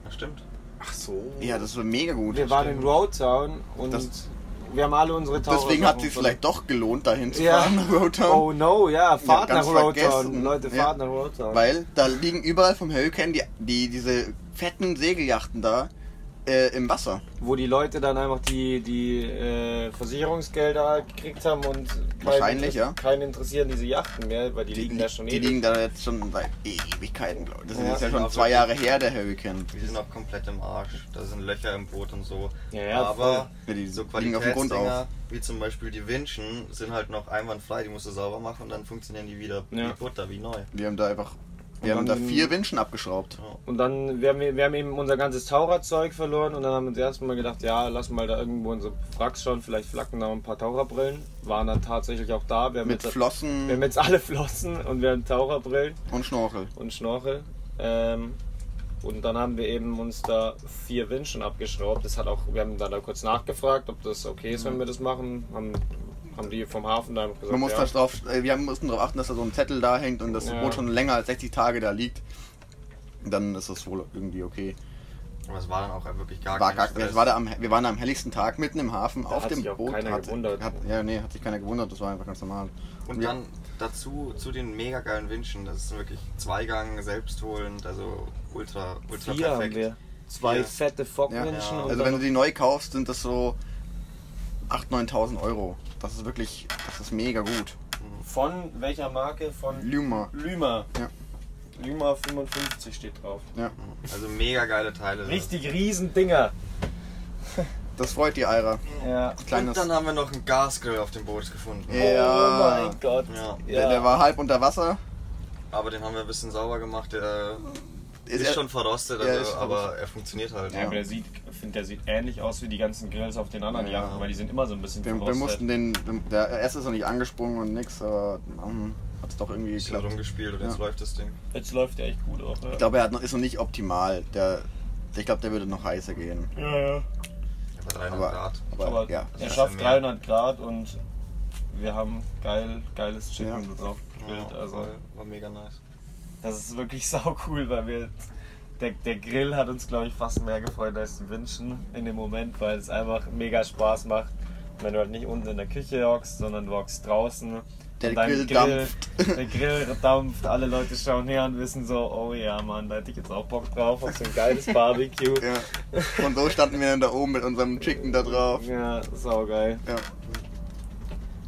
Speaker 4: Ja, stimmt.
Speaker 1: Ach so.
Speaker 2: Ja, das war mega gut.
Speaker 3: Wir waren in Roadtown und
Speaker 2: Das-
Speaker 3: wir haben alle unsere Taucher.
Speaker 2: Deswegen hat sie es vielleicht doch gelohnt, dahin zu
Speaker 3: Ja.
Speaker 2: fahren nach Rotown.
Speaker 3: Oh no, ja, fahrt
Speaker 2: ganz
Speaker 3: nach Roadtown.
Speaker 2: vergessen.
Speaker 3: Leute,
Speaker 2: Ja.
Speaker 3: fahrt nach Roadtown.
Speaker 2: Weil da liegen überall vom Hurricane die, die, diese fetten Segeljachten da äh, im Wasser.
Speaker 3: Wo die Leute dann einfach die, die äh, Versicherungsgelder gekriegt haben und
Speaker 2: Wahrscheinlich, ja.
Speaker 3: keinen interessieren diese Yachten mehr, weil die, liegen da schon
Speaker 2: die
Speaker 3: ewig.
Speaker 2: liegen da jetzt schon seit Ewigkeiten, glaube ich. Das
Speaker 3: Ja.
Speaker 2: ist ja schon zwei Jahre her, der Hurricane.
Speaker 4: Wir sind auch komplett im Arsch. Da sind Löcher im Boot und so.
Speaker 3: Ja, ja,
Speaker 4: Aber
Speaker 2: Ja, die
Speaker 4: so
Speaker 2: liegen auf dem Grund
Speaker 4: Qualitätsdinger, wie zum Beispiel die Winschen, sind halt noch einwandfrei. Die musst du sauber machen und dann funktionieren die wieder
Speaker 3: Ja.
Speaker 4: wie Butter, wie neu.
Speaker 2: Wir haben da einfach Wir haben da
Speaker 3: dann-
Speaker 2: vier Winschen abgeschraubt.
Speaker 3: Und dann, wir haben, wir haben eben unser ganzes Taucherzeug verloren und dann haben wir uns erstmal gedacht, ja, lass mal da irgendwo unsere Wracks schauen, vielleicht flacken da ein paar Taucherbrillen. Waren dann tatsächlich auch da. Wir haben,
Speaker 2: Mit
Speaker 3: jetzt,
Speaker 2: Flossen
Speaker 3: wir haben jetzt alle [LAUGHS] Flossen und wir haben Taucherbrillen
Speaker 2: und Schnorchel.
Speaker 3: und Schnorchel. Ähm, und dann haben wir eben uns da vier Winschen abgeschraubt. Das hat auch, wir haben dann da kurz nachgefragt, ob das okay ist, wenn wir das machen. Haben, haben die vom Hafen dann gesagt,
Speaker 2: Man muss
Speaker 3: ja.
Speaker 2: da drauf, äh, wir mussten darauf achten, dass da so ein Zettel da hängt und das
Speaker 3: Ja.
Speaker 2: Boot schon länger als 60 Tage da liegt. Dann ist das wohl irgendwie okay.
Speaker 4: Aber es war dann auch wirklich gar
Speaker 2: War
Speaker 4: kein
Speaker 2: gar,
Speaker 4: Stress.
Speaker 2: es war da am, wir waren da am helligsten Tag mitten im Hafen auf
Speaker 3: hat
Speaker 2: dem
Speaker 3: sich auch
Speaker 2: Boot.
Speaker 3: keiner
Speaker 2: hat,
Speaker 3: gewundert.
Speaker 2: Hat, ja, nee, hat sich keiner gewundert, das war einfach ganz normal.
Speaker 4: Und
Speaker 2: wir-
Speaker 4: dann dazu zu den mega geilen Winschen. Das ist wirklich Zweigang, selbstholend, also ultra, ultra
Speaker 3: vier
Speaker 4: perfekt.
Speaker 3: haben wir. Zwei
Speaker 4: Vier.
Speaker 3: fette
Speaker 2: Ja.
Speaker 3: Fockmenschen.
Speaker 4: Ja.
Speaker 3: und
Speaker 2: Also wenn du die neu kaufst, sind das so 8.000, 9.000 Euro. Das ist wirklich, das ist mega gut.
Speaker 3: Von welcher Marke? Von
Speaker 2: Luma.
Speaker 3: Lümer.
Speaker 2: Ja.
Speaker 3: Lümer 55 steht drauf.
Speaker 2: Ja.
Speaker 4: Also mega geile Teile.
Speaker 3: Richtig riesen Dinger.
Speaker 2: Das freut die Eira.
Speaker 3: Ja.
Speaker 2: Kleines.
Speaker 4: Und dann haben wir noch einen Gasgrill auf dem Boot gefunden.
Speaker 2: Ja.
Speaker 3: Oh mein Gott.
Speaker 4: Ja.
Speaker 2: Der, der war halb unter Wasser.
Speaker 4: Aber den haben wir ein bisschen sauber gemacht. Der ist,
Speaker 2: er-
Speaker 4: schon verrostet,
Speaker 2: Ja,
Speaker 4: also,
Speaker 2: ist verrostet.
Speaker 4: aber er funktioniert halt.
Speaker 3: Ja, aber der sieht, ich finde, der sieht ähnlich aus wie die ganzen Grills auf den anderen
Speaker 2: Ja.
Speaker 3: Jahren, weil die sind immer so ein bisschen
Speaker 2: Wir, wir
Speaker 3: verrostet.
Speaker 2: mussten den, der erste ist noch nicht angesprungen und nix, aber ähm, hat es doch irgendwie
Speaker 4: Ich habe
Speaker 2: geklappt.
Speaker 4: rumgespielt und jetzt
Speaker 2: Ja.
Speaker 4: läuft das Ding.
Speaker 3: Jetzt läuft der echt gut auch. Ja.
Speaker 2: Ich glaube, er hat noch, ist noch nicht optimal. Der, ich glaube, der würde noch heißer gehen.
Speaker 3: ja, ja.
Speaker 4: Aber 300
Speaker 2: Aber,
Speaker 4: Grad.
Speaker 2: aber,
Speaker 3: Aber
Speaker 2: ja.
Speaker 4: das
Speaker 3: er
Speaker 4: ist
Speaker 3: schafft
Speaker 4: ja mehr.
Speaker 3: 300 Grad und wir haben geil, geiles Chicken
Speaker 2: Ja.
Speaker 3: drauf gegrillt.
Speaker 4: Ja,
Speaker 3: also.
Speaker 4: voll. war mega nice.
Speaker 3: Das ist wirklich [LAUGHS] sau cool, weil wir. Der, der Grill hat uns, glaube ich, fast mehr gefreut als die Wünschen in dem Moment, weil es einfach mega Spaß macht. Wenn du halt nicht unten in der Küche hockst, sondern du hockst draußen.
Speaker 2: Der
Speaker 3: und dein
Speaker 2: Grill dampft.
Speaker 3: [LAUGHS] Der Grill dampft, alle Leute schauen her und wissen so: Oh ja, Mann, da hätte ich jetzt auch Bock drauf auf so
Speaker 2: [LAUGHS]
Speaker 3: ein geiles Barbecue.
Speaker 2: ja. Und so standen wir dann da oben mit unserem Chicken da drauf.
Speaker 3: Ja, saugeil.
Speaker 2: Ja.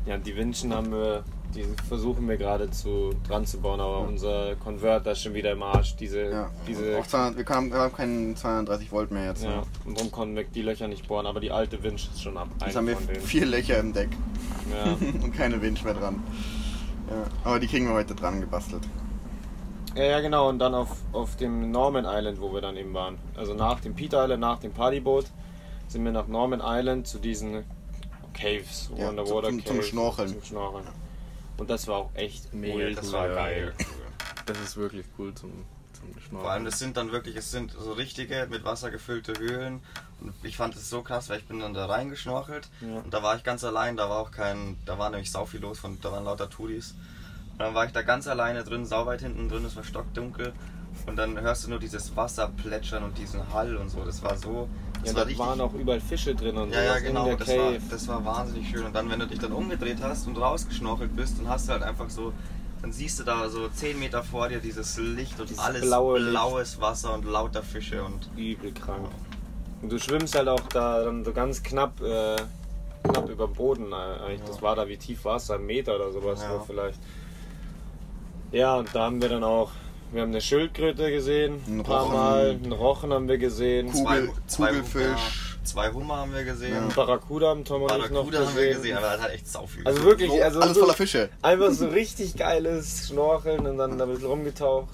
Speaker 3: Ja, die Winschen haben wir, die versuchen wir gerade zu dran zu bauen, aber unser Konverter ist schon wieder im Arsch. Diese,
Speaker 2: Ja.
Speaker 3: diese
Speaker 2: Auch 200, wir, kamen, wir haben keinen 230 Volt mehr jetzt.
Speaker 3: Ja,
Speaker 2: Ne?
Speaker 3: und darum konnten wir die Löcher nicht bohren, aber die alte Winch ist schon ab.
Speaker 2: Jetzt
Speaker 3: eine
Speaker 2: haben wir
Speaker 3: von denen.
Speaker 2: vier Löcher im Deck
Speaker 3: Ja.
Speaker 2: [LAUGHS] und keine Winch mehr dran. Ja. Aber die kriegen wir heute dran gebastelt.
Speaker 3: ja, ja, genau, und dann auf, auf dem Norman Island, wo wir dann eben waren. Also nach dem Peter Island, nach dem Partyboot, sind wir nach Norman Island zu diesen Caves,
Speaker 2: Ja,
Speaker 3: Underwater
Speaker 2: zum- zum-
Speaker 3: Caves.
Speaker 2: zum Schnorcheln.
Speaker 3: Zum Schnorcheln. Und das war auch echt
Speaker 1: Mega
Speaker 3: mega
Speaker 1: cool,
Speaker 4: ja,
Speaker 3: geil.
Speaker 4: mega cool.
Speaker 1: Das ist wirklich cool zum, zum Schnorren.
Speaker 4: Vor allem, das sind dann wirklich, es sind so richtige mit Wasser gefüllte Höhlen. Und ich fand es so krass, weil ich bin dann da reingeschnorchelt
Speaker 3: Ja.
Speaker 4: und da war ich ganz allein, da war auch kein, da war nämlich sau viel los, von, da waren lauter Touris. Und dann war ich da ganz alleine drin, sau weit hinten drin, es war stockdunkel. Und dann hörst du nur dieses Wasser plätschern und diesen Hall und so. Das war so. Das
Speaker 3: Ja,
Speaker 4: war
Speaker 3: da waren auch überall Fische drin und
Speaker 4: ja, ja,
Speaker 3: sowas in
Speaker 4: genau.
Speaker 3: der
Speaker 4: Das war,
Speaker 3: Cave.
Speaker 4: das war wahnsinnig schön. Und dann, wenn du dich dann umgedreht hast und rausgeschnorchelt bist, dann hast du halt einfach so, dann siehst du da so 10 Meter vor dir dieses Licht und
Speaker 3: Dieses
Speaker 4: alles
Speaker 3: blaue Licht.
Speaker 4: blaues Wasser und lauter Fische und
Speaker 3: übel krank. Und du schwimmst halt auch da dann so ganz knapp, äh, knapp über dem Boden. äh, Eigentlich. Das war da, wie tief war es? da? Ein Meter oder sowas
Speaker 4: Ja.
Speaker 3: nur vielleicht. Ja, und da haben wir dann auch, wir haben eine Schildkröte gesehen,
Speaker 2: Einen
Speaker 3: ein paar
Speaker 2: Rochen.
Speaker 3: Mal, einen Rochen haben wir gesehen,
Speaker 2: Kuh- Kugel- Kugelfisch.
Speaker 4: Hummer, zwei Hummer haben wir gesehen.
Speaker 3: einen Barracuda haben Tom und ich noch
Speaker 4: Barracuda
Speaker 3: gesehen.
Speaker 4: haben wir gesehen, aber das hat halt echt sau viel.
Speaker 3: Also
Speaker 4: gefehlt.
Speaker 3: wirklich,
Speaker 2: So,
Speaker 3: also
Speaker 2: alles
Speaker 3: so-
Speaker 2: voller Fische.
Speaker 3: Einfach so richtig geiles Schnorcheln und dann da ein bisschen rumgetaucht.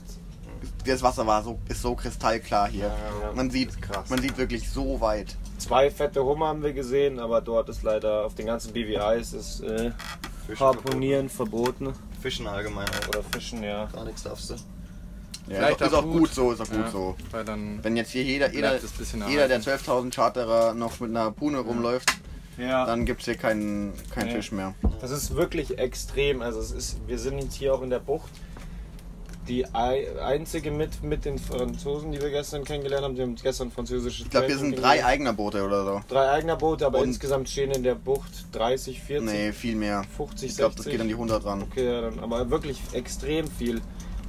Speaker 2: Das Wasser war so, ist so kristallklar hier.
Speaker 3: ja.
Speaker 2: Man, sieht,
Speaker 3: Das ist krass.
Speaker 2: man sieht wirklich so weit.
Speaker 3: Zwei fette Hummer haben wir gesehen, aber dort ist leider auf den ganzen BWIs ist äh,
Speaker 4: Fischen
Speaker 3: Harponieren verboten.
Speaker 4: Fischen allgemein. auch.
Speaker 3: Oder Fischen, ja.
Speaker 4: Gar nichts
Speaker 3: [LAUGHS]
Speaker 4: darfst du.
Speaker 2: Ja,
Speaker 1: Vielleicht
Speaker 2: ist, auch- ist auch gut, so, ist auch gut
Speaker 1: ja,
Speaker 2: so.
Speaker 1: Weil dann
Speaker 2: Wenn jetzt hier jeder, jeder,
Speaker 1: Bleibt es bisschen
Speaker 2: jeder der
Speaker 1: erhalten.
Speaker 2: 12.000 Charterer noch mit einer Pune rumläuft,
Speaker 3: Ja.
Speaker 2: dann gibt es hier keinen keinen
Speaker 3: Nee.
Speaker 2: Fisch mehr.
Speaker 3: Das ist wirklich extrem. Also es ist, wir sind jetzt hier auch in der Bucht. Die ei- einzige mit, mit den Franzosen, die wir gestern kennengelernt haben, die haben gestern französische
Speaker 2: Ich glaube, hier sind drei eigener Boote oder so.
Speaker 3: drei eigener Boote, aber
Speaker 2: Und-
Speaker 3: insgesamt stehen in der Bucht 30, 40,
Speaker 2: Nee, viel mehr.
Speaker 3: 50,
Speaker 2: Ich glaube, das
Speaker 3: 60.
Speaker 2: geht an die 100 ran.
Speaker 3: Okay, ja, dann, aber wirklich extrem viel.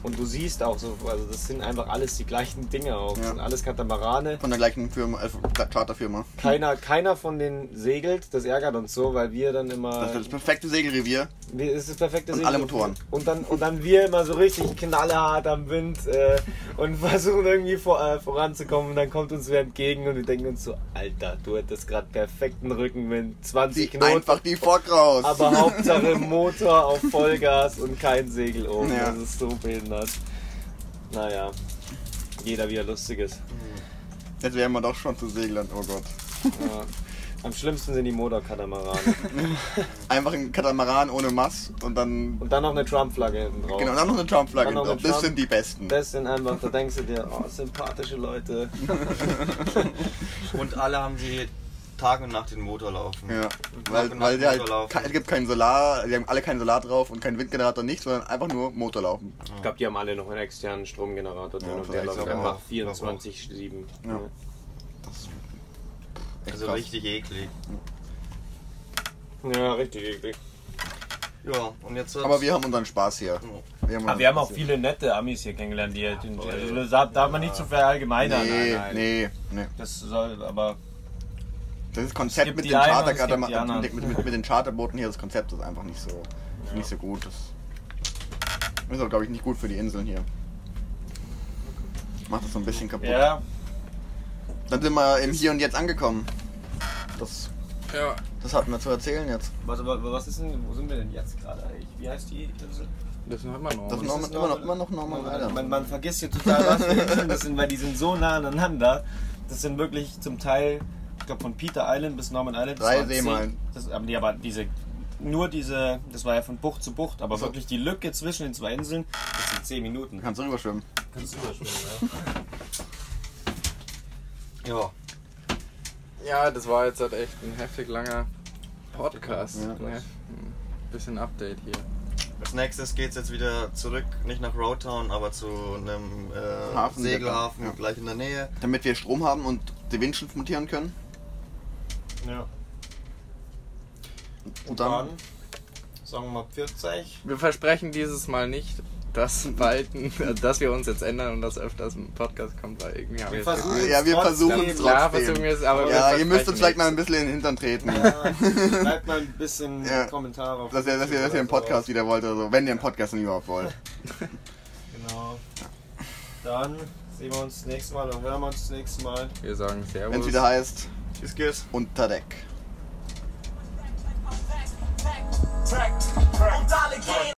Speaker 3: Und du siehst auch so, also das sind einfach alles die gleichen Dinge auch. Das
Speaker 2: Ja.
Speaker 3: sind alles Katamarane.
Speaker 2: Von der gleichen Firma, äh, Charterfirma.
Speaker 3: Keiner, keiner von denen segelt, das ärgert uns so, weil wir dann immer.
Speaker 2: Das ist das perfekte Segelrevier.
Speaker 3: Wir- Es ist perfekte
Speaker 2: Und
Speaker 3: Segel-
Speaker 2: alle Motoren.
Speaker 3: Und dann, und dann wir immer so richtig knallhart am Wind äh, und [LAUGHS] versuchen irgendwie vor, äh, voranzukommen. Und dann kommt uns wer entgegen und wir denken uns so: Alter, du hättest gerade perfekten Rückenwind, 20
Speaker 2: Die,
Speaker 3: Knoten.
Speaker 2: einfach die Fock raus.
Speaker 3: Aber Hauptsache Motor auf Vollgas und kein Segel oben.
Speaker 2: Ja.
Speaker 3: Das ist so behindert. Naja, jeder wie er lustig ist.
Speaker 2: Jetzt wären wir doch schon zu Seglern, oh Gott.
Speaker 3: Ja. Am schlimmsten sind die Motorkatamarane.
Speaker 2: Einfach ein Katamaran ohne Mast und dann.
Speaker 3: Und dann noch eine Trump-Flagge hinten drauf.
Speaker 2: Genau, dann noch eine Trump-Flagge.
Speaker 3: Oh. Dann noch eine
Speaker 2: drauf. Das
Speaker 3: Trump.
Speaker 2: sind die besten.
Speaker 3: Das sind einfach, da denkst du dir, oh, sympathische Leute.
Speaker 4: Und alle haben sie Tag und Nacht den Motor laufen.
Speaker 2: Ja,
Speaker 4: Und
Speaker 2: weil,
Speaker 4: nach
Speaker 2: weil die halt,
Speaker 4: Motorlaufen.
Speaker 2: ke- es gibt keinen Solar, die haben alle keinen Solar drauf und keinen Windgenerator, nichts, sondern einfach nur Motorlaufen.
Speaker 3: Ich glaube, die haben alle noch einen externen Stromgenerator drin
Speaker 2: Ja,
Speaker 3: und der
Speaker 2: vielleicht
Speaker 3: läuft
Speaker 2: sogar
Speaker 3: einfach
Speaker 4: auch.
Speaker 3: 24-7.
Speaker 2: Ja.
Speaker 3: Ja.
Speaker 2: Echt
Speaker 4: Also
Speaker 2: krass.
Speaker 4: richtig eklig.
Speaker 3: Ja, richtig eklig.
Speaker 4: Ja, und jetzt wird's-
Speaker 2: Aber wir haben unseren Spaß hier. Wir haben,
Speaker 3: Aber wir haben auch viele nette Amis hier kennengelernt, die halt, also das darf darf man nicht zu verallgemeinern.
Speaker 2: Nee,
Speaker 3: nein, nein.
Speaker 2: nee, nee.
Speaker 3: Das soll, aber
Speaker 2: Das ist Konzept
Speaker 3: gibt
Speaker 2: mit
Speaker 3: die
Speaker 2: den,
Speaker 3: einen
Speaker 2: Charter
Speaker 3: und es gibt die anderen.
Speaker 2: mit, mit, mit den Charterbooten hier, das Konzept ist einfach nicht so, ist nicht so gut. Das ist auch, glaube ich, nicht gut für die Inseln hier. Macht das so ein bisschen kaputt.
Speaker 3: ja,
Speaker 2: Dann sind wir im Hier und Jetzt angekommen. Das,
Speaker 1: Ja,
Speaker 2: das hatten wir zu erzählen jetzt.
Speaker 3: was, aber was ist denn, wo sind wir denn jetzt gerade eigentlich? Wie heißt die Insel?
Speaker 1: das sind immer
Speaker 2: Das
Speaker 1: noch.
Speaker 2: ist noch, immer, noch, immer noch Norman Island.
Speaker 3: Man, man vergisst hier total was
Speaker 2: [LAUGHS]
Speaker 3: für Inseln das sind, weil die sind so nah aneinander. Das sind wirklich zum Teil, ich glaube von Peter Island bis Norman Island. das
Speaker 2: Drei
Speaker 3: waren zehn-
Speaker 2: Seemeilen.
Speaker 3: Das, aber, nee, aber diese, nur diese, das war ja von Bucht zu Bucht, aber
Speaker 2: So.
Speaker 3: wirklich die Lücke zwischen den zwei Inseln, das sind 10 Minuten.
Speaker 2: Kannst du rüberschwimmen.
Speaker 3: Kannst du überspringen,
Speaker 4: Ja.
Speaker 1: Ja, das war jetzt halt echt ein heftig langer Podcast.
Speaker 2: Ja.
Speaker 1: Ein hef- ein bisschen Update hier.
Speaker 4: Als nächstes geht's jetzt wieder zurück, nicht nach Roadtown, aber zu einem äh,
Speaker 2: Hafen,
Speaker 4: Segelhafen
Speaker 2: ja.
Speaker 4: gleich in der Nähe.
Speaker 2: Damit wir Strom haben und die Windschiff montieren können.
Speaker 3: ja. ja.
Speaker 2: Und dann.
Speaker 3: sagen wir mal
Speaker 2: [LAUGHS]
Speaker 3: 40.
Speaker 1: Wir versprechen dieses Mal nicht, dass, bald, dass wir uns jetzt ändern und dass öfters ein Podcast kommt, weil irgendwie haben wir
Speaker 3: Wir
Speaker 1: jetzt das
Speaker 3: versuchen
Speaker 2: Ja, wir
Speaker 3: trotzdem.
Speaker 2: versuchen es
Speaker 1: Klar, versuchen wir es,
Speaker 2: trotzdem.
Speaker 1: aber wir
Speaker 2: Ja, ihr
Speaker 1: versprechen
Speaker 2: müsst uns
Speaker 1: nichts.
Speaker 2: vielleicht mal ein bisschen in den Hintern treten. [LAUGHS]
Speaker 3: [LAUGHS] Ja, Schreibt mal ein bisschen
Speaker 2: Ja.
Speaker 3: Kommentare. auf
Speaker 2: Dass ihr, dass ihr, dass ihr einen
Speaker 3: YouTube oder
Speaker 2: Podcast wieder wollt oder so, wenn ihr einen Podcast denn überhaupt wollt.
Speaker 3: sowas. Genau. Dann sehen wir uns das nächste Mal oder hören wir uns das nächste Mal.
Speaker 1: Wir sagen Servus.
Speaker 2: Wenn es wieder heißt,
Speaker 4: Tschüss, tschüss.
Speaker 2: unter Deck.
Speaker 5: Track, track, track, track.